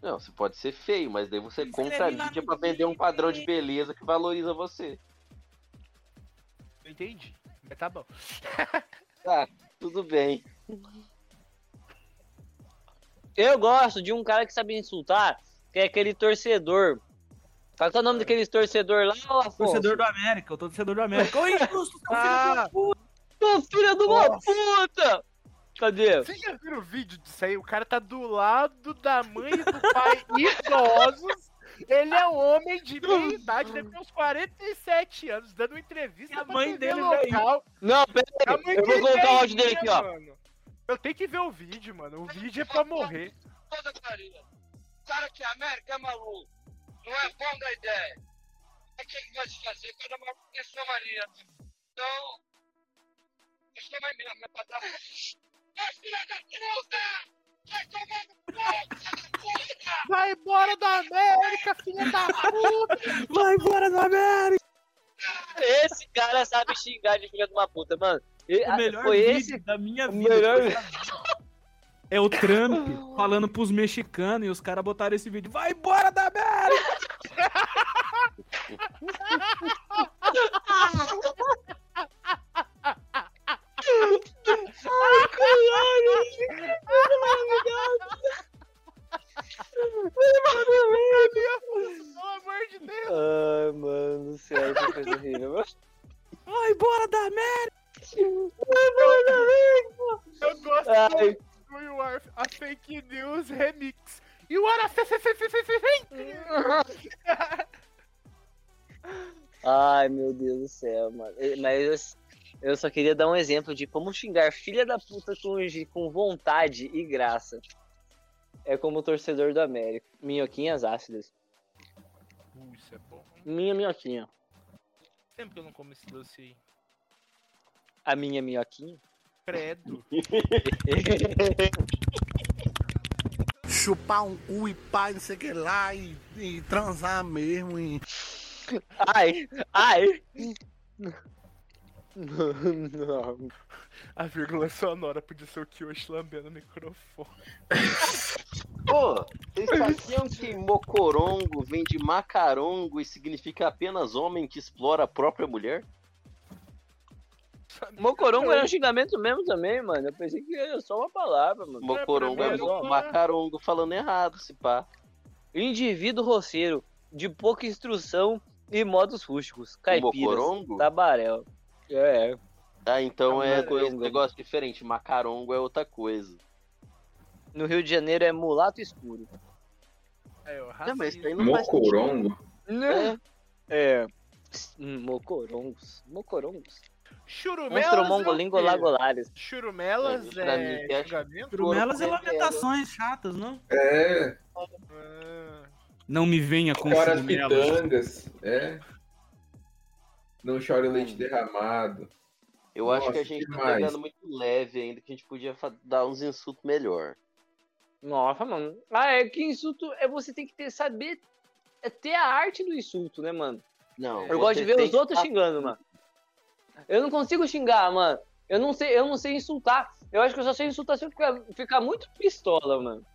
Não, você pode ser feio, mas daí você compra a lá mídia no pra vender um padrão de beleza que valoriza você. Não entendi. Mas tá bom. Tudo bem. Eu gosto de um cara que sabe insultar, que é aquele torcedor. Qual que é o nome daquele torcedor lá, ô Afonso? Torcedor do América, eu tô torcedor do América. Ô, injusto, Ah, seu filho Ah, da puta! Ô, filho de uma puta! Cadê? Vocês já viram o vídeo disso aí? O cara tá do lado da mãe e do pai [LAUGHS] idosos. Ele é um homem de meia idade, deve ter uns 47 anos, dando uma entrevista E a pra mãe TV dele já ia. local. Não, pera A aí. mãe Eu vou dele colocar já o áudio dele ia, aqui, ó. mano. Eu tenho que ver o vídeo, mano. O vídeo é pra morrer. Santa Maria. O cara que é América é maluco. Não é bom da ideia. O que, que vai se fazer? Cada maluco tem sua mania. Então. Eu sou mais mesmo, é pra dar. Mas filha da puta! Vai tomar no cu, filha da puta! Vai embora da América, filha da puta! Vai embora do América! Esse cara sabe xingar de filha de uma puta, mano. E- ah, Ah, O melhor Foi vídeo esse da minha o vida. melhor. [LAUGHS] É o Trump falando pros mexicanos e os caras botaram esse vídeo. Vai embora da América! Pelo amor de Deus! Ai, mano do céu, que coisa horrível. Vai embora da América! Eu gosto Ai, do You Are a Fake News Remix. You Are a fe- fe- fe- fe- fe- fe- Fake ai, meu Deus do céu, mano. Eh, Mas eu, eu só queria dar um exemplo de como xingar filha da puta com, gi- com vontade e graça. É como o torcedor do América. Minhoquinhas ácidas. News. Isso é bom. Minha minhoquinha. Tempo que eu não como esse doce aí. A minha minhoquinha. [LAUGHS] Credo. Chupar um cu e pá, não sei o que lá, e, e transar mesmo. E... Ai, ai. Não. A vírgula sonora podia ser o Kyoshi lambendo o microfone. Pô, vocês sabiam que mocorongo vem de macarongo e significa apenas homem que explora a própria mulher? Mocorongo era um xingamento mesmo também, mano. Eu pensei que era só uma palavra, mano. Mocorongo é, primeiro, mo- né? macarongo falando errado, se pá. Indivíduo roceiro, de pouca instrução e modos rústicos. O Caipiras, tá. mocorongo? tabarel. É, Ah, então é Macarongo. dois negócios diferentes. Macarongo é outra coisa. no Rio de Janeiro é mulato escuro. É, o Não, mas isso racismo. aí não faz sentido. Mocorongo? Né? É. Hum, Mocorongos. Mocorongos. Monstro mongolingo Churumelas. lagolares. é Churumelas Pra mim, que é é- xingamento? Trumelas e Corpo lamentações chatas, não? É, Ah, Não me venha com fora as cirumelas. pitangas. É. Não chore o Hum. leite derramado. Eu acho que a Nossa, gente tá demais. pegando muito leve ainda, que a gente podia fa- dar uns insultos melhor. Nossa, mano. Ah, é que insulto é você tem que ter, saber é ter a arte do insulto, né, mano? Não. Eu gosto de ver É, você os tem outros que- tá xingando, mano. Eu não consigo xingar, mano. Eu não sei, eu não sei insultar. Eu acho que eu só sei insultar se eu ficar, ficar muito pistola, mano.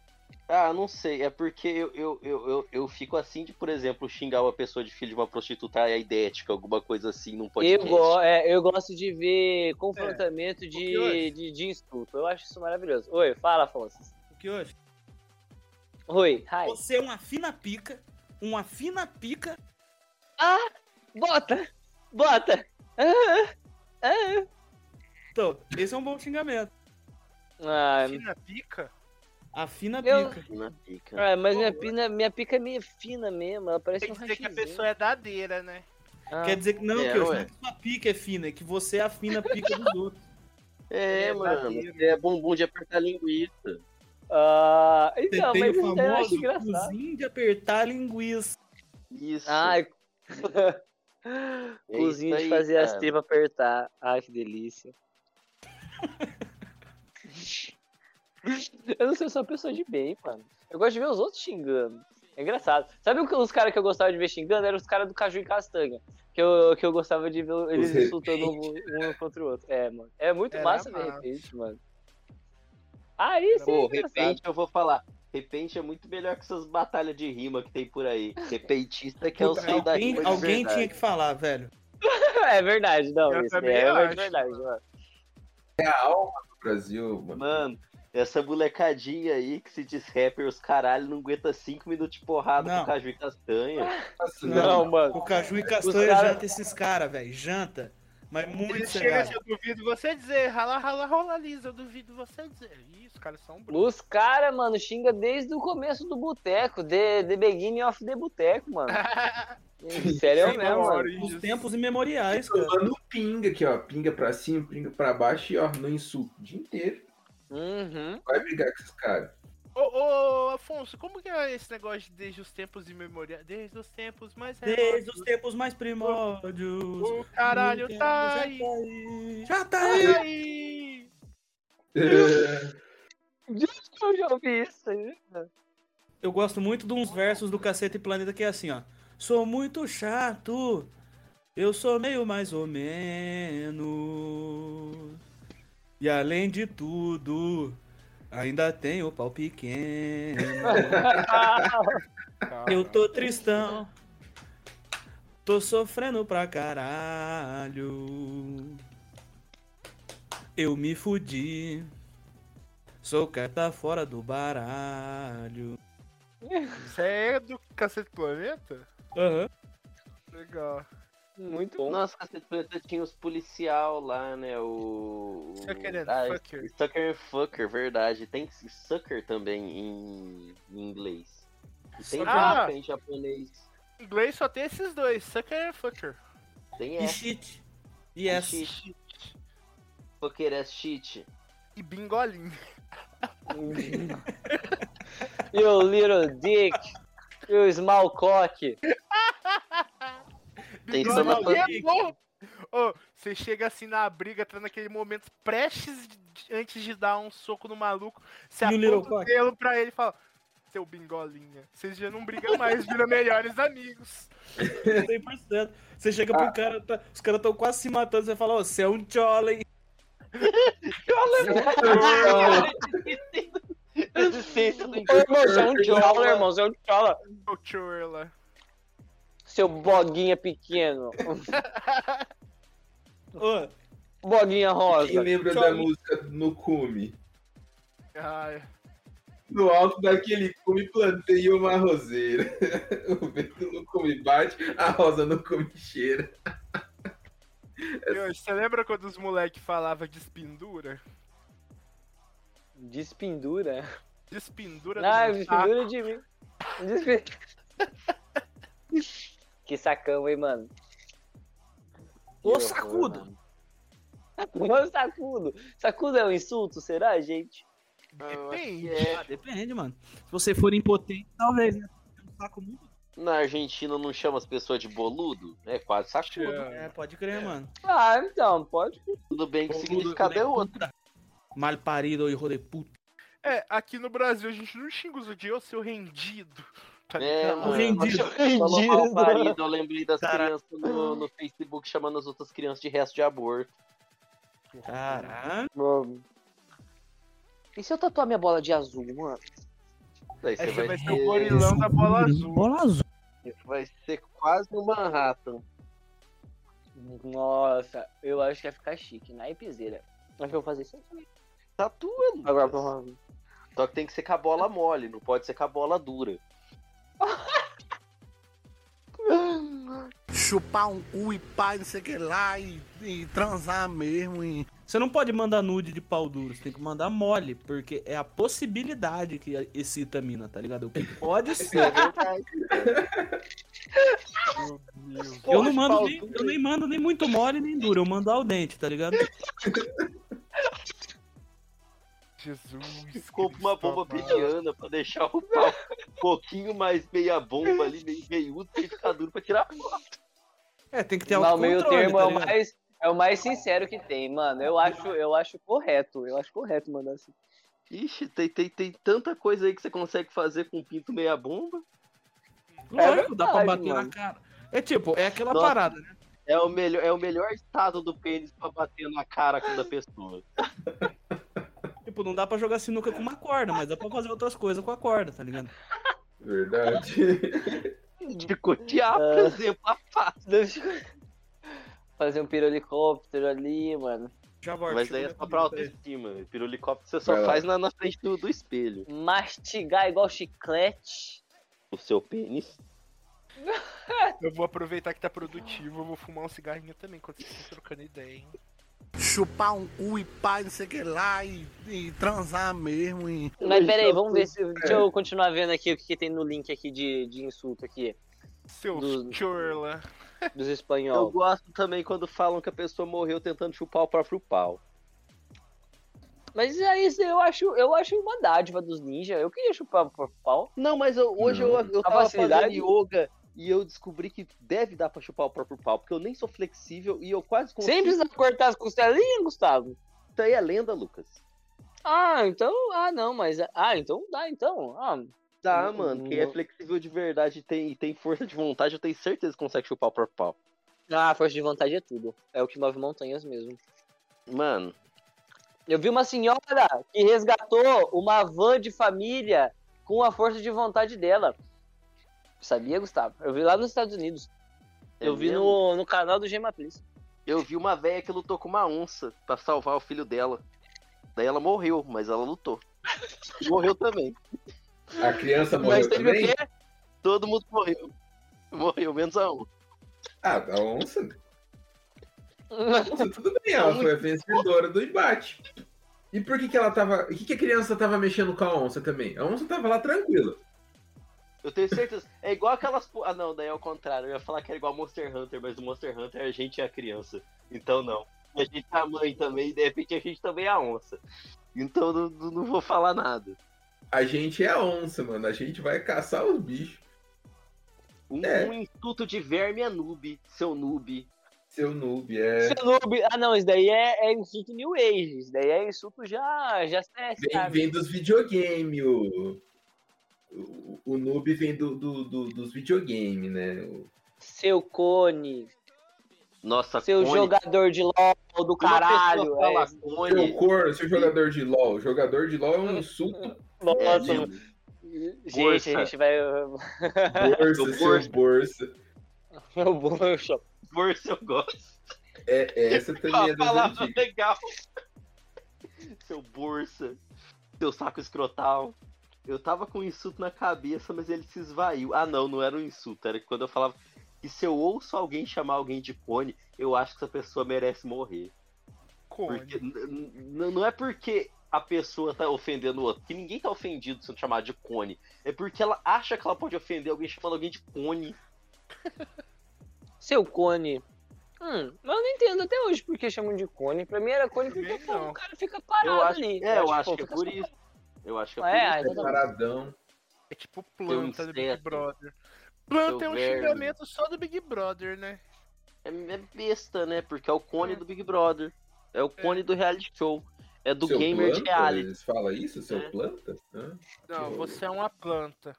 Ah, não sei. É porque eu, eu, eu, eu, eu fico assim de, por exemplo, xingar uma pessoa de filho de uma prostituta é idética, alguma coisa assim num Eu, podcast. go- é, eu gosto de ver confrontamento de, O que de, de insulto. Eu acho isso maravilhoso. Oi, fala, Afonso. O que hoje? Oi, hi. Você é uma fina pica, uma fina pica Ah, bota! Bota! Ah, ah. Então, esse é um bom xingamento. Ah, Fina pica? A fina Eu- pica. Na pica. ah, mas minha, pina, minha pica é meio fina mesmo. Ela parece Tem um que dizer que a rachizinho. pessoa é dadeira, né? Ah, Quer dizer que não, é, que eu ué. que sua pica é fina, é que você afina a pica dos outros. É, mano, você é bumbum de apertar linguiça. Ah, Você então, tem mas o isso eu acho famoso engraçado. cozinho de apertar a linguiça. Isso. [LAUGHS] Ai, É cozinho isso de aí, fazer as cara. tripas apertar. Ai, que delícia. [LAUGHS] eu não sei, eu sou uma pessoa de bem, mano. Eu gosto de ver os outros xingando. É engraçado. Sabe o que- os caras que eu gostava de ver xingando? Eram os caras do Caju e Castanha. Que eu, que eu gostava de ver eles Os insultando um, um contra o outro. É, mano. É muito Era massa ver massa. repente, mano. Ah, isso é Pô, engraçado. repente eu vou falar. Repente é muito melhor que essas batalhas de rima que tem por aí. Repentista que é o Puta, seu da alguém rima de alguém verdade. tinha que falar, velho. [LAUGHS] É verdade, não. Eu isso também é acho. verdade, mano. É Brasil, mano. Mano, essa molecadinha aí que se diz rapper, os caralho, não aguenta 5 minutos de porrada Não. com caju e castanha. Nossa, Não, mano. O Caju e Castanha cara- janta esses caras, velho. Janta. Mas muito Chega, cegado. eu duvido você dizer, rala, rala, rola, lisa, eu duvido você dizer. Ih, os caras são [LAUGHS] brutos. [LAUGHS] Os caras, mano, xinga desde o começo do boteco. The, the beginning of the boteco, [LAUGHS] mano. Sério Sim, mesmo, mano. mano. Os tempos imemoriais, cara. assim, Mano, um pinga aqui, ó. Pinga pra cima, pinga pra baixo e ó, não insulto o dia inteiro. Uhum. Vai brigar com esses [LAUGHS] caras. Ô, ô, Afonso, como que é esse negócio de desde os tempos imemoriais? Desde os tempos mais Desde os remotos. tempos mais primórdios. O caralho Nunca tá já aí. aí. Já tá Tá aí. aí. [LAUGHS] Eu já ouvi isso aí. Eu gosto muito de uns versos do Cacete e Planeta que é assim, ó. Sou muito chato. Eu sou meio mais ou menos. E além de tudo, ainda tenho pau pequeno. Eu tô tristão. Tô sofrendo pra caralho. Eu me fudi. Sou carta fora do baralho. Isso é do Cacete Planeta? Aham. Legal. Muito bom. Nossa, Cacete Planeta tinha os policial lá, né? O. Sucker and Ah, Fucker. Sucker and Fucker, verdade. Tem Sucker também em, em inglês. E tem Ah! Japa em japonês. Em inglês só tem esses dois, Sucker e Fucker. Tem E essa. shit. é Yes. assim. Shit. Fucker é shit. E Bingolim. You little dick. You small cock. Tem Não, Sana não, Pan- e é bom. Ô, você chega assim na briga, tá naquele momento prestes de- antes de dar um soco no maluco, você E o Little aponta o Cock? pelo pra ele e fala, seu bingolinha, vocês já não brigam mais, viram melhores amigos. 100%. Você chega Ah. pro cara, tá- os caras estão quase se matando, você fala, ó, você é um jolly. [LAUGHS] Existência do Ô, irmão, você é um tchola, irmão. Você é um tchola. Ô, Churla. Seu boguinha [LAUGHS] pequeno. Ô, Boguinha Quem rosa. lembra Só da isso. música No Cume? Ai, No alto daquele cume plantei uma roseira. [LAUGHS] O vento no cume bate, a rosa no cume cheira. Deus, você lembra quando os moleques falavam despendura? Despendura. Despendura Ah, um do despendura de mim. [LAUGHS] Despe- que sacão, hein, mano. ô sacudo! Ô, sacudo. Sacudo é um insulto, será, gente? Depende. Ah, depende, mano. Se você for impotente, talvez, né? Tem um saco muito. Na Argentina não chama as pessoas de boludo? É quase sacudo. É, pode crer, mano. Ah, então, pode. Tudo bem que o Boludo, significado é filho de outro. puta. Mal parido, hijo de puta. É, aqui no Brasil a gente não xinga os odios, seu rendido. Tá É, ligado? mano. Rendido. Falou Rendido. mal parido, eu lembrei das Caralho. crianças no, no Facebook chamando as outras crianças de resto de aborto. Caralho. Mano. E se eu tatuar minha bola de azul, mano? Daí Aí você você vai, vai ser o ser, gorilão da bola azul. Bola azul. vai ser quase um Manhattan. Nossa, eu acho que ia ficar chique. Na episeira. Acho que eu vou fazer isso aqui. Tatua, Lucas. Agora, pra- Tá Só que tem que ser com a bola mole, não pode ser com a bola dura. chupar um cu e pá, não sei o que lá, e, e transar mesmo. E... Você não pode mandar nude de pau duro, você tem que mandar mole, porque é a possibilidade que excita a mina, tá ligado? O que [LAUGHS] pode ser. eu não mando nem, eu nem mando nem muito mole nem duro, eu mando ao dente, tá ligado? Jesus. Compra uma bomba pediana pra deixar o pau um pouquinho mais meia bomba ali, meio meiudo, pra ele ficar duro pra tirar foto. É, tem que ter Mas o meio autocontrole, termo tá é o ligado? mais. É o mais sincero que tem, mano. Eu acho, eu acho correto. Eu acho correto mandar assim. Ixi, tem, tem, tem tanta coisa aí que você consegue fazer com um pinto meia bomba. Lógico, dá pra verdade, bater mano. na cara. É tipo, é aquela É Nossa. parada, né? É o melhor, é o melhor estado do pênis pra bater na cara da pessoa. Tipo, não dá pra jogar sinuca com uma corda, mas dá pra fazer outras coisas com a corda, tá ligado? [LAUGHS] Verdade. De Ah, cotear, por exemplo, a face. Deixa eu- [LAUGHS] Fazer um pirolicóptero ali, mano. Já volto. Mas daí é só pra autoestima. Pirolicóptero você só né? Vai lá. faz na, na frente do, do espelho. Mastigar igual chiclete. O seu pênis. Eu vou aproveitar que tá produtivo, eu vou fumar um cigarrinho também, enquanto vocês estão trocando ideia, hein? Chupar um cu e pá, não sei o que lá, e, e transar mesmo. E... Mas peraí, vamos ver se. Deixa eu continuar vendo aqui o que, que tem no link aqui de, de insulto aqui. Seu Do- churla. Dos Eu espanhol. gosto também quando falam que a pessoa morreu tentando chupar o próprio pau. Mas é isso, eu acho, eu acho uma dádiva dos ninjas. Eu queria chupar por pau. Não, mas eu- hoje eu, eu A tava facilidade- fazendo yoga e eu descobri que deve dar pra chupar o próprio pau, porque eu nem sou flexível e eu quase consigo. Sem precisar cortar as costelinhas, Gustavo. Isso aí é lenda, Lucas. Ah, então. Ah, não, mas. Ah, então dá, então. Ah, Tá, Hum, mano. hum, Quem é não. flexível de verdade e tem, e tem força de vontade, eu tenho certeza que consegue chupar o próprio pau. ah, força de vontade é tudo. É o que move montanhas mesmo. Mano, Eu vi uma senhora que resgatou uma van de família com a força de vontade dela. Sabia, Gustavo? Eu vi lá nos Estados Unidos. É eu vi mesmo? no, no canal do Gema Please. eu vi uma velha que lutou com uma onça pra salvar o filho dela. Daí ela morreu, mas ela [LAUGHS] lutou. Morreu também. A criança mas morreu teve o também? quê? Todo mundo morreu. Morreu, menos a onça. Ah, da onça. Onça, tudo bem, ela foi a vencedora do embate. E por que que ela tava... O que que a criança tava mexendo com a onça também? A onça tava lá tranquila. Eu tenho certeza. É igual aquelas. po- Ah, não, daí é o contrário. Eu ia falar que era igual Monster Hunter, mas no Monster Hunter a gente é a criança. Então não. A gente é a mãe também, e de repente a gente também é a onça. Então não, não- não vou falar nada. A gente é a onça, mano. A gente vai caçar os bichos. Um, É. um insulto de verme é noob, seu noob. Seu noob, é... Seu noob- Ah, não, isso daí é, é insulto New Age. Isso daí é insulto já, já é, CS, Vem, vem dos videogames, o... O, o noob vem do, do, do- dos videogames, né? O- Seu cone, Nossa, seu cone. jogador de LOL do Quando uma pessoa caralho. fala é. Seu cone, corno, seu jogador de LOL. Jogador de LOL é um insulto. é, Nossa, assim. meu, gente, a gente vai. [LAUGHS] Borsa, seu Borsa. borsa. Meu bolso. força eu gosto. É, essa também é Uma das palavra antigas. legal. Seu bolsa, seu saco escrotal. Eu tava com um insulto na cabeça, mas ele se esvaiu. Ah, não, não era um insulto. Era que quando eu falava que se eu ouço alguém chamar alguém de cone, eu acho que essa pessoa merece morrer. Porque, Cone. n- n- não é porque a pessoa tá ofendendo o outro, que ninguém tá ofendido se eu chamar de cone. É porque ela acha que ela pode ofender alguém chamando alguém de cone. Seu cone. Hum, mas eu não entendo até hoje por que chamam de cone. Pra mim era cone porque Também pô, não. o cara fica parado Eu acho, ali. é, eu acho pô, que é fica por só- isso. Eu acho que é por É, isso. ah, então tá bom. Paradão. É tipo um planta do Big inseto. Brother. Planta é um verme. xingamento só do Big Brother, né? É, é besta, né? Porque é o cone do Big Brother. É o cone do reality show. É do Seu gamer de planta? reality. Eles falam isso? Seu É. planta? Hã? Não, Tipo- Que você é uma planta.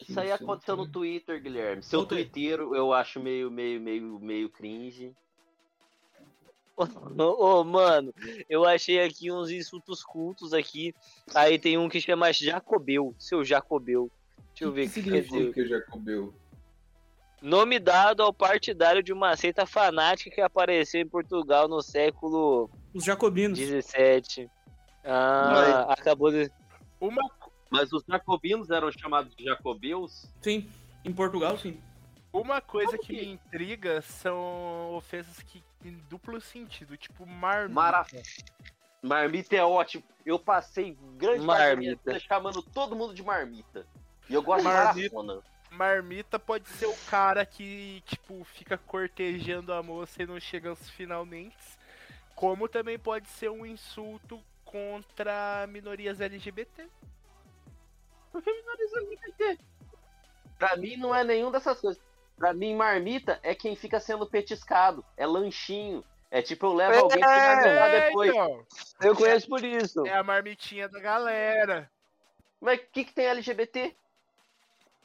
Isso aí insulto, aconteceu né? no Twitter, Guilherme. Seu Voltei. twitteiro eu acho meio, meio, meio, meio cringe. Ô, ô, mano, eu achei aqui uns insultos cultos aqui. Aí tem um que chama Jacobeu, seu Jacobeu. Deixa eu ver o que, quer Significa dizer. que já comeu. Nome dado ao partidário de uma seita fanática que apareceu em Portugal no século Os jacobinos. 17. Ah, acabou de. Uma Mas os jacobinos eram chamados de jacobeus? Sim, em Portugal, sim. Uma coisa que me intriga são ofensas que têm duplo sentido, tipo marmita. Mara- Marmita é ótimo. Eu passei grande parte da minha Marmita. vida chamando todo mundo de marmita. E eu gosto de Marmita. marafona. Marmita pode ser o cara que, tipo, fica cortejando a moça e não chega aos finalmente. Como também pode ser um insulto contra minorias LGBT. Por que minorias LGBT? Pra mim não é nenhum dessas coisas. Pra mim, marmita é quem fica sendo petiscado. É lanchinho. É tipo, eu levo alguém que vai me levar É, Ah, depois. então. Eu conheço por isso. É a marmitinha da galera. Mas o que, que tem LGBT?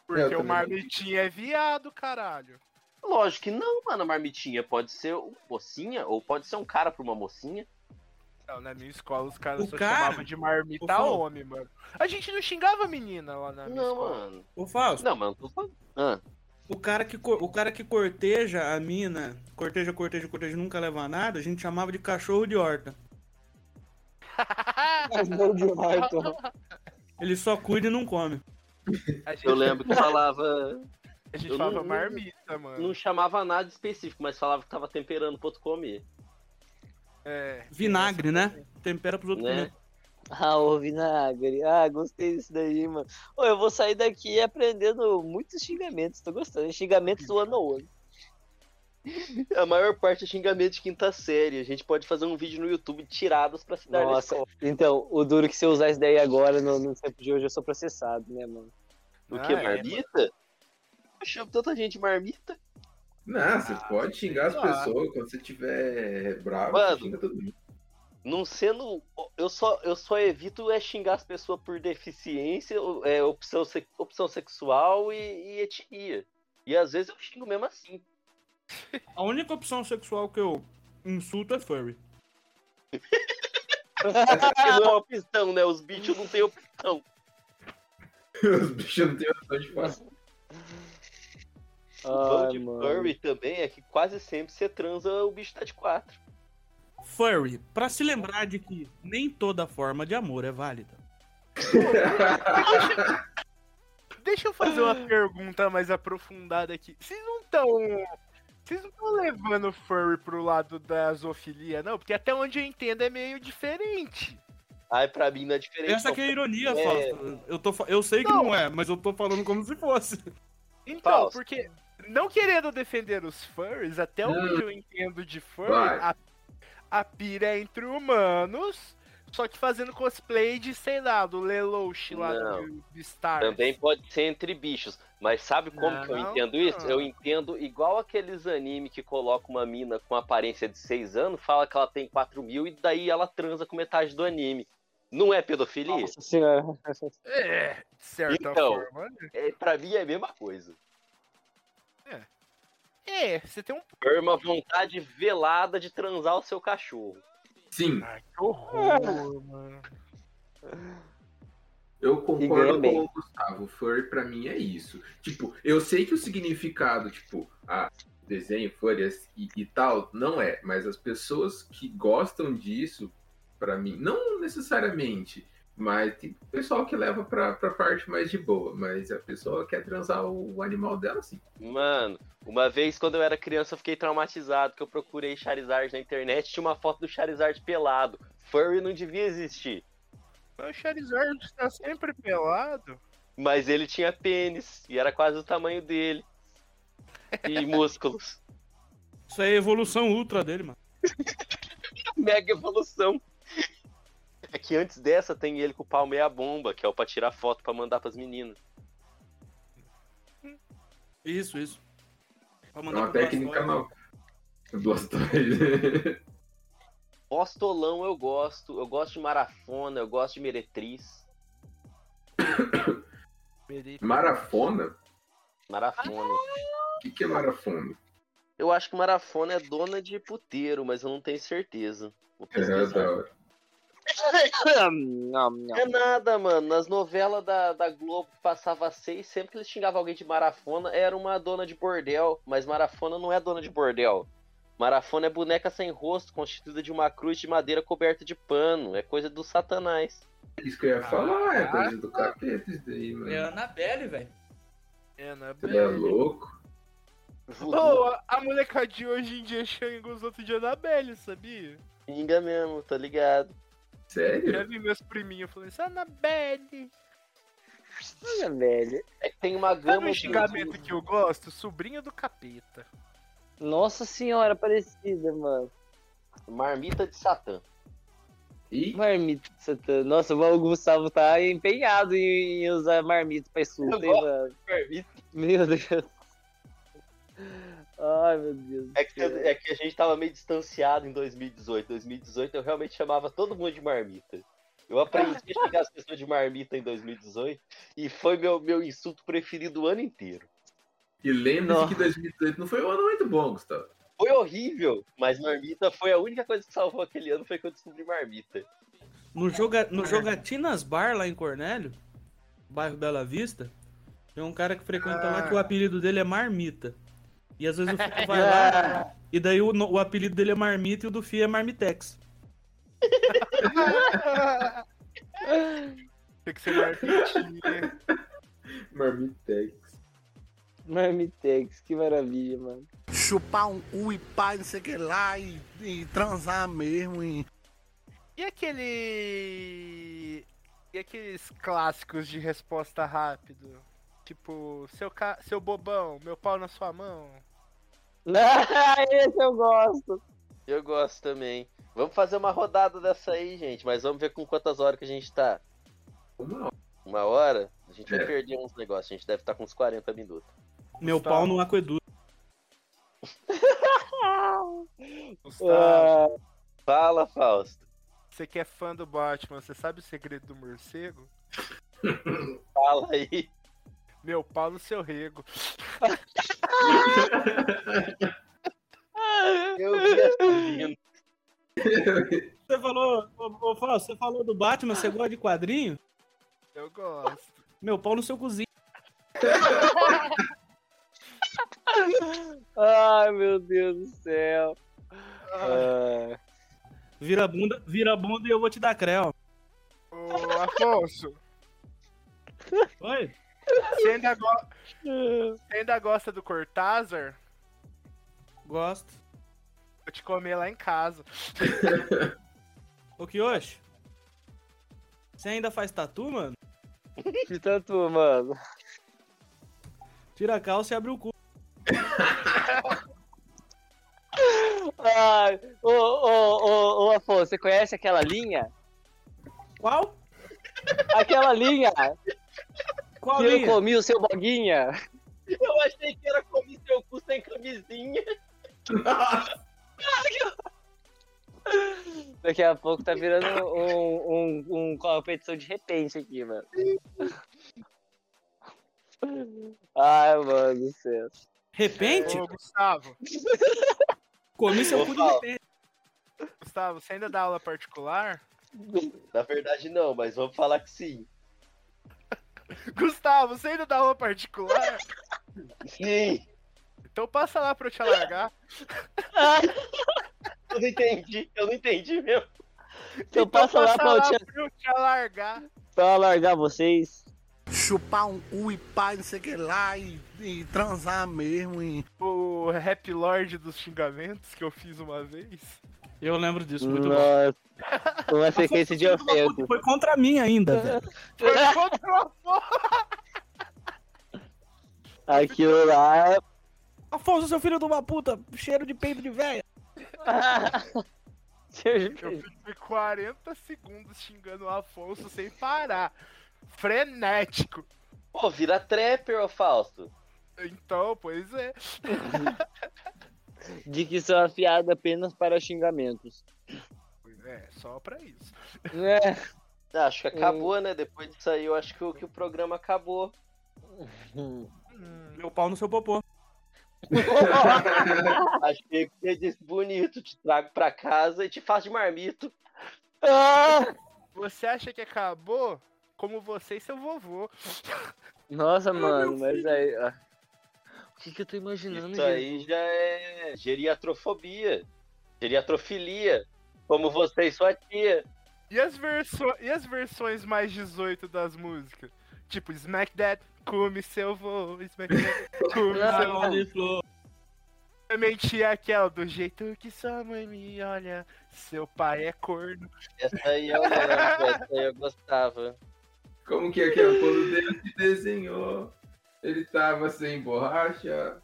Porque Eu o também. marmitinha é viado, caralho. Lógico que não, mano. A marmitinha pode ser uma mocinha ou pode ser um cara pra uma mocinha. Não, na minha escola os caras O só cara? chamavam de marmita Ô, Paulo. homem, mano. A gente não xingava menina lá na minha Não, escola. mano. Ô, Fausto. Não, mano, tô falando. Ah. O cara, que, cor- o cara que corteja a mina, corteja, corteja, corteja, nunca leva nada, a gente chamava de cachorro de horta. cachorro de horta. Ele só cuida e não come. A gente- Eu lembro que [LAUGHS] falava. A gente eu falava não- marmita, mano. Não chamava nada específico, mas falava que tava temperando pro outro comer. É. Vinagre, né? Tempera pros outros Né? comer. Ah, ô vinagre. Ah, gostei disso daí, mano. Ô, eu vou sair daqui aprendendo muitos xingamentos. Tô gostando. Xingamentos do ano on one. A maior parte é xingamento de quinta série. A gente pode fazer um vídeo no YouTube tiradas pra se dar na Nossa, escola. então, o duro que se eu usar isso daí agora, no, no tempo de hoje, eu sou processado, né, mano? O que, Ah, é, marmita? Eu chamo tanta gente de marmita. Não, você pode xingar as Ah, sei lá. pessoas quando você tiver bravo, Mano. você xinga todo mundo. [LAUGHS] Não sendo. Eu só, eu só evito é xingar as pessoas por deficiência, ou- é, opção, se- opção sexual e, e etnia. E às vezes eu xingo mesmo assim. A única opção sexual que eu insulto é furry. Porque não é opção, né? Os bichos não têm opção. Os bichos não têm opção de falar. O bom Ai, de Ah, mano. furry também é que quase sempre você transa, o bicho tá de quatro. Furry, pra se lembrar de que nem toda forma de amor é válida. Deixa eu fazer uma pergunta mais aprofundada aqui. Vocês não estão. Vocês não estão levando o furry pro lado da zoofilia, não? Porque até onde eu entendo é meio diferente. Ai, pra mim não é diferente. Essa não. que é a ironia, É. Fausto. Eu, tô, fa- eu sei que Não. não. é, mas eu tô falando como se fosse. Então, Fausto. porque. Não querendo defender os furries, até onde eu entendo de furry, Vai. a, a pira é entre humanos, só que fazendo cosplay de, sei lá, do Lelouch lá Não. do Beastars. Também pode ser entre bichos. Mas sabe como que eu Não, entendo isso? não. Eu entendo igual aqueles anime que colocam uma mina com aparência de 6 anos, fala que ela tem 4 mil e daí ela transa com metade do anime. Não é pedofilia? Nossa senhora. É, de certa então, forma. né? é, pra mim é a mesma coisa. É, você tem um. É uma vontade velada de transar o seu cachorro. Sim. Ai, que horror, mano. Eu ganha concordo bem. com o Gustavo. Furry pra mim é isso. Tipo, eu sei que o significado, tipo, a desenho, furry as- e, e tal, não é. Mas as pessoas que gostam disso, pra mim, não necessariamente. Mas tem pessoal que leva pra, pra parte mais de boa. Mas a pessoa quer transar o, o animal dela, sim. Mano, uma vez quando eu era criança eu fiquei traumatizado que eu procurei Charizard na internet tinha uma foto do Charizard pelado. Furry não devia existir. Mas o Charizard tá sempre pelado. Mas ele tinha pênis e era quase o tamanho dele. [LAUGHS] E músculos. Isso aí é a evolução ultra dele, mano. Mega evolução. É que antes dessa tem ele com o pau meia bomba, que é o pra tirar foto pra mandar pras meninas. Isso, isso. Pra É uma pro técnica Blastoise. nova. Blastoise. Postolão eu gosto, eu gosto de marafona, eu gosto de [COUGHS] meretriz. [LAUGHS] Marafona? Marafona. O que, que é marafona? Eu acho que marafona é dona de puteiro, mas eu não tenho certeza. Vou É, pesquisar. da hora. não, não. É nada, mano. Nas novelas da, da Globo que passava seis, sempre que eles xingavam alguém de marafona, era uma dona de bordel. Mas marafona não é dona de bordel. Marafona é boneca sem rosto, constituída de uma cruz de madeira coberta de pano. É coisa do satanás. Isso que eu ia falar, é coisa do capeta isso daí, mano. É a Annabelle, velho. É, na Você é louco? Ô, a, a molecadinha hoje em dia xinga os outros de Anabelle, sabia? Xinga mesmo, tô ligado. É. Já vi meus priminhos falando isso, Anabelle. Olha, velho. É que tem uma Sabe gama um de- xingamento que eu gosto? Sobrinho do capeta. Nossa senhora, parecida, mano. Marmita de Satã. Marmita de Satã. tá- Nossa, o Gustavo tá empenhado em em usar marmita pra insulto, hein, Eu gosto. mano. Marmita. Meu Deus. Ai, meu Deus. É que, eu- é que a gente tava meio distanciado em 2018. 2018 eu realmente chamava todo mundo de marmita. Eu aprendi a chegar as pessoas de marmita em 2018 e foi meu, meu insulto preferido o ano inteiro. E lembre-se Não. que 2018 não foi um ano muito bom, Gustavo. Foi horrível, mas marmita foi a única coisa que salvou aquele ano foi que eu descobri marmita. No, joga, no Jogatinas Bar, lá em Cornélio, bairro Bela Vista, tem um cara que frequenta lá que o apelido dele é Marmita. E às vezes o Fio vai lá, e daí o, no- o apelido dele é Marmita e o do Fio é Marmitex. Tem que ser marmitinha. Marmitex. Marmitex, que maravilha, mano. [LAUGHS] [LAUGHS] Chupar um cu e pá, não sei o que lá, e, e transar mesmo. E... E aquele. E aqueles clássicos de resposta rápido? Tipo, seu, ca... seu bobão, meu pau na sua mão. Esse eu gosto. Eu gosto também. Vamos fazer uma rodada dessa aí, gente, mas vamos ver com quantas horas que a gente tá. Uma hora. Uma hora? A gente vai É. perder uns negócios, a gente deve estar com uns 40 minutos. Meu Gustavo. pau no aqueduto. Gustavo, Fala, Fausto. você que é fã do Batman, você sabe o segredo do morcego? Fala aí. Meu pau no seu rego. Eu vi essa vindo. Você falou, ô, ô Fausto, você falou do Batman, você gosta de quadrinho? Eu gosto. Meu pau no seu cozinho. Ai, meu Deus do céu. Ai. Vira bunda, vira bunda e eu vou te dar creu. Ô, Afonso, Oi? você ainda, go- você ainda gosta do Cortázar? Gosto. Vou te comer lá em casa. Ô Kiyoshi, você ainda faz tatu, mano? De tanto, mano. Tira a calça e abre o cu. Ai, ô, ô, ô, ô, Afonso, você conhece aquela linha? Qual? Aquela [LAUGHS] linha Qual que eu linha? comi o seu boguinha? Eu achei que era comer seu cu sem camisinha. [LAUGHS] Daqui a pouco tá virando um, um, um competição de repente aqui, mano. Ai, mano do céu. Repente? Ô, Gustavo, Comi seu Ô, cu de Paulo. repente. Gustavo, você ainda dá aula particular? Na verdade, não, mas vamos falar que sim. Gustavo, você ainda dá aula particular? Sim, Então passa lá pra eu te alargar. eu não entendi, eu não entendi mesmo. Então Eu passo Então Então lá pra eu te, eu te alargar. pra largar vocês. Chupar um cu e pá, não sei o que lá, e, e transar mesmo. E... O rap lord dos xingamentos que eu fiz uma vez. Eu lembro disso, muito bom. Nossa, uma sequência de ofensas. Foi contra mim ainda, velho. Foi contra uma porra. Aquilo lá Afonso, seu filho de uma puta, cheiro de peito de velha. é Eu fiquei 40 segundos xingando o Afonso sem parar. Frenético. [LAUGHS] Pô, vira trapper, ô Fausto. Então, pois é. de que são afiados apenas para xingamentos. É, só pra isso. É. Ah, Acho que acabou, né? Depois disso aí, eu acho que, o- que o programa acabou. Meu pau no seu popô. Achei que você disse bonito, te trago pra casa e te faço de marmito. Ah! Você acha que acabou? Como você e seu vovô. Nossa, mano, mas aí. ó. O que, que eu tô imaginando, Isso aí já é geriatrofobia, geriatrofilia, como você e sua tia. E as, verso... e as versões mais 18 das músicas? [LAUGHS] Tipo, Smack That, come seu vô, Smack That, come seu vô. Flor. Exatamente aquela, do jeito que sua mãe me olha, seu pai é corno. Essa aí eu lembro, essa aí eu gostava. Como que é que é? Quando Deus te desenhou, ele tava [LAUGHS] sem borracha,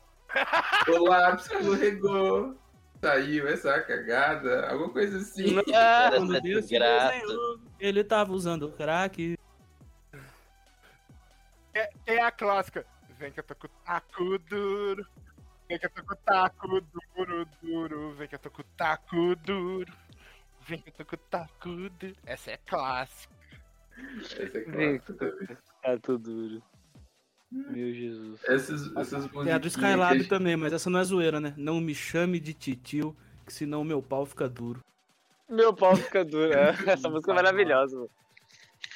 o lápis escorregou, saiu essa cagada, alguma coisa assim. Ah, Essa desgraça. Ele tava usando crack. É, é a clássica. Vem que eu tô com o taco duro. Vem que eu tô com o taco duro, duro. Vem que eu tô com o taco duro. Vem que eu tô com o taco duro. Essa é clássica. Essa é clássica também. Taco tá duro. Meu Jesus. Essas, essas Tem É a do musiquinhas Skylab que a também, mas essa não é zoeira, né? Não me chame de titio, que senão meu pau fica duro. Meu pau fica duro. né? Essa música é maravilhosa, mano.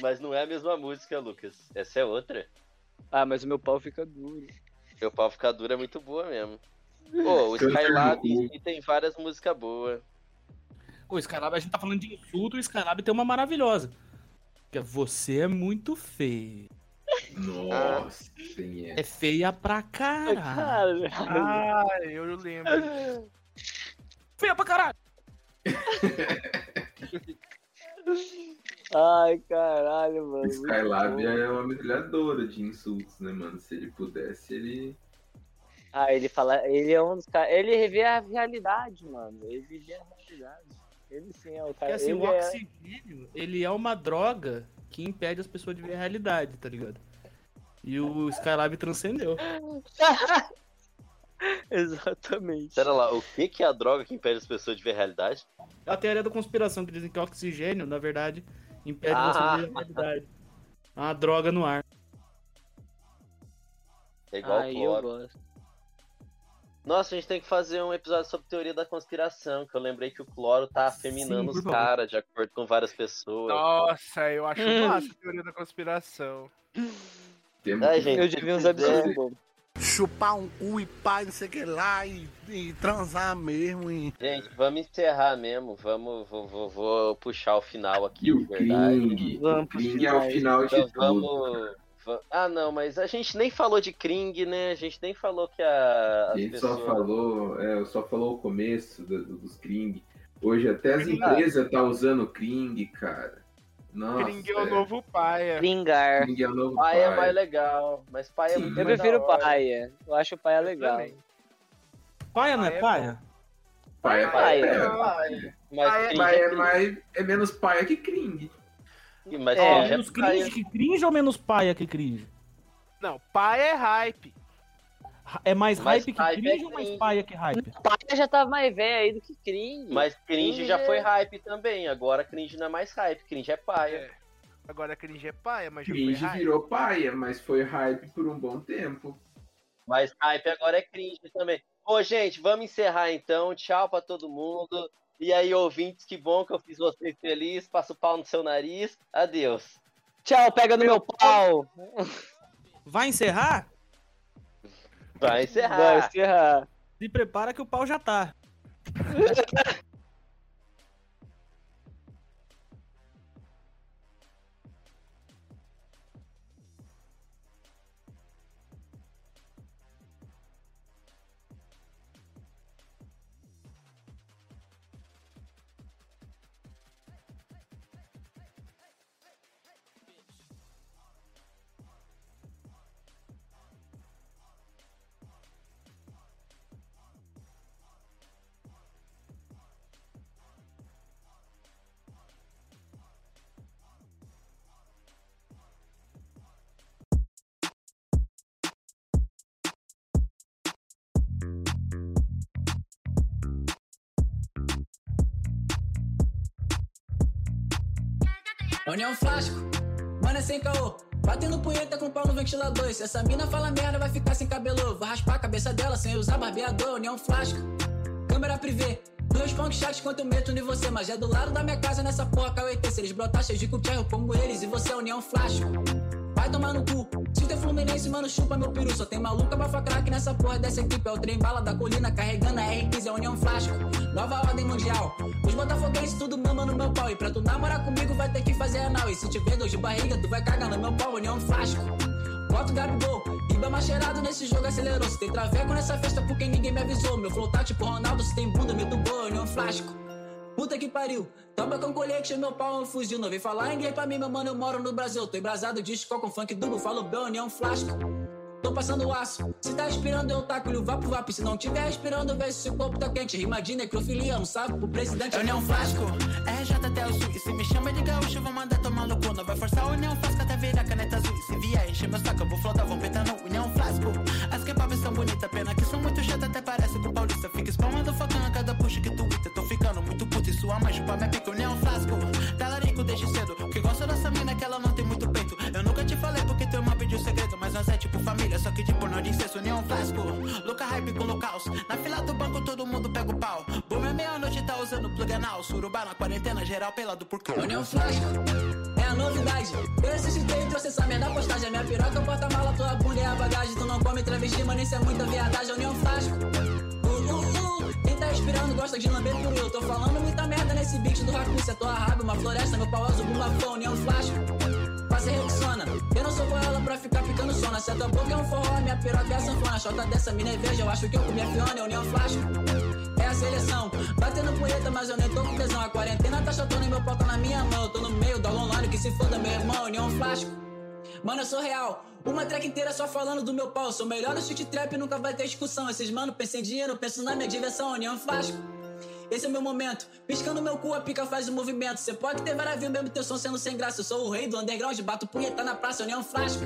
Mas não é a mesma música, Lucas. Essa é outra. Ah, mas o meu pau fica duro. Meu pau ficar duro é muito boa mesmo. Pô, o Canta no Skylab cu. em si tem várias músicas boas. Ô, Skylab, a gente tá falando de insulto, o Skylab tem uma maravilhosa. Que é você é muito feio. gente- Nossa, sim, é. É feia pra caralho. Ah, eu lembro. Feia pra caralho! Ai, caralho, mano. O muito Skylab bom. é uma metralhadora de insultos, né, mano? Se ele pudesse, ele. Ah, ele fala. Ele é um dos caras. Ele revê a realidade, mano. Ele vê a realidade. Ele sim é o cara. Porque assim, ele o é- oxigênio, ele é uma droga que impede as pessoas de ver a realidade, tá ligado? E o Skylab transcendeu. [LAUGHS] Exatamente. Pera lá, o que, que é a droga que impede as pessoas de ver a realidade? É a teoria da conspiração que dizem que o oxigênio, na verdade, impede Ah. você de ver a realidade. É uma droga no ar. É igual Ah, o eu cloro. gosto. Nossa, a gente tem que fazer um episódio sobre teoria da conspiração, que eu lembrei que o cloro tá afeminando por os favor. caras, de acordo com várias pessoas. Nossa, eu acho massa a teoria da conspiração. Temos Ai, que- gente, Eu devia uns absurdos bom. Chupar um cu e pá, não sei o que lá, e, e transar mesmo. E... Gente, vamos encerrar mesmo, vamos, vou, vou- vou puxar o final aqui, E o de verdade. Kling. O Vamos pro Kling é o final. final de Então tudo. vamos... va- Ah, não, mas a gente nem falou de Kring, né? A gente nem falou que a, A as gente só pessoas... falou, é, só falou o começo do- do- dos Kring. Hoje até as Kring. empresas tá usando Kring, cara. Nossa, Kring é o novo paia. Vingar. Kring é o novo Pai é pai. mais legal, mas pai é Sim. muito Eu mais prefiro da o hora. Paia. Eu acho o Paia legal. também. Paia não Ah, é é paia? Pai é Pai pai. é é. pai. Pai é Mas Pai é Kring é mais- é menos pai que Kring. Kring, mas É, Kring é menos paia. cringe que cringe ou menos paia que cringe? Não, paia é hype. Ra- É mais Mas hype que hype é cringe ou mais cringe. paia que hype? Paia já tá mais velho aí do que Cringe. Mas cringe Cringe já é- foi hype também. Agora cringe não é mais hype, cringe é paia. É. Agora cringe é paia, mas já foi Cringe hype. virou paia, mas foi hype por um bom tempo. Mas hype agora é cringe também. Ô, gente, vamos encerrar então. Tchau pra todo mundo. E aí, ouvintes, que bom que eu fiz vocês felizes. Passo o pau no seu nariz. Adeus. Tchau, pega no meu pau. Vai encerrar? Vai Vai encerrar. encerrar. Se prepara que o pau já tá. União Flasco, mano é sem caô. Batendo punheta com pau no ventilador. Se essa mina fala merda, vai ficar sem cabelo. Vou raspar a cabeça dela sem usar barbeador. União Flasco, câmera privê. Dois punk chatos quanto eu meto em você, mas é do lado da minha casa nessa porra, KUT. Se eles brotar cheios de cutiá, eu como eles e você é União Flasco. Vai tomar no cu. Se tu é Fluminense, mano, chupa meu peru. Só tem maluca pra craque nessa porra dessa equipe. É o trem bala da colina carregando a R15, é a União Flasco. Nova ordem mundial. Os botafoguenses tudo mama no meu pau. E pra tu namorar comigo vai ter que fazer anal. E se tiver dor de barriga, tu vai cagar no meu pau, União Flasco. Bota o Gabigol e Ibama cheirado nesse jogo acelerou. Se tem traveco nessa festa porque ninguém me avisou. Meu flow tá tipo Ronaldo, se tem bunda, meto boa, não é um flasco. Puta que pariu, toma com collection, meu pau é um fuzil. Não vem falar inglês pra mim, meu mano, eu moro no Brasil. Tô embrasado de escola com funk duro, falo bem, é um flasco. Tô passando aço, se tá respirando eu taco o vapo vapo. Se não tiver respirando, vê se o corpo tá quente. Rima de necrofilia, um salve pro presidente. É o Neon Flasco, é RJ até o sul. E se me chama de gaúcho, vou mandar tomar no cu. Não vai forçar o Neon Flasco até virar caneta azul. E se vier encher meu saco, eu vou flotar, vão peitar no Neon Flasco. As kebabs são bonitas, pena que são muito chatas, até parece com paulista. Fica spamando facão a cada puxa que tu grita. Tô ficando muito puto e sua mãe chupa minha pica. O Neon Flasco, talarico desde cedo. Que gosta dessa mina que ela não tem muito peito. Eu nunca te falei porque tu irmã pediu segredo. Mas nós é tipo família, só que de pornô de incesto, Neon Flasco. Louca hype com locals. Na fila do banco todo mundo pega o pau. Boom é meia-noite, tá usando plug anal. Surubá na quarentena, geral pelado por cão. O Neon Flasco é a novidade. Eu ressuscitei e trouxe essa merda postagem. A minha piroca é o porta-mala, tua bunda é a bagagem. Tu não come travesti, mano, isso é muita viadagem. É o Neon Flasco. Uh, uh, uh. Quem tá respirando gosta de lamber por eu. Tô falando muita merda nesse beat do Raccoon. É tua raba, uma floresta, meu pau azul, uma fã, o Neon Flasco. Fazer reluxona. Eu não sou goela pra ficar ficando sona. Se a tua boca é um forró, a minha piroca é a sanfona. Chota dessa mina é veja, eu acho que eu comi a Fiona, é o Neon Flasco é a seleção. Batendo punheta, mas eu nem tô com tesão. A quarentena tá chotando e meu pau tá na minha mão. Eu tô no meio da online, que se foda, meu irmão, nenhum flasco. Mano, eu sou real. Uma track inteira só falando do meu pau. Sou melhor no chute trap, nunca vai ter discussão. Esses mano, pensei em dinheiro, penso na minha diversão, nenhum flasco. Esse é o meu momento. Piscando meu cu, a pica faz o movimento. Cê pode ter maravilha, mesmo teu som sendo sem graça. Eu sou o rei do underground, bato punheta na praça, eu nem um flasco.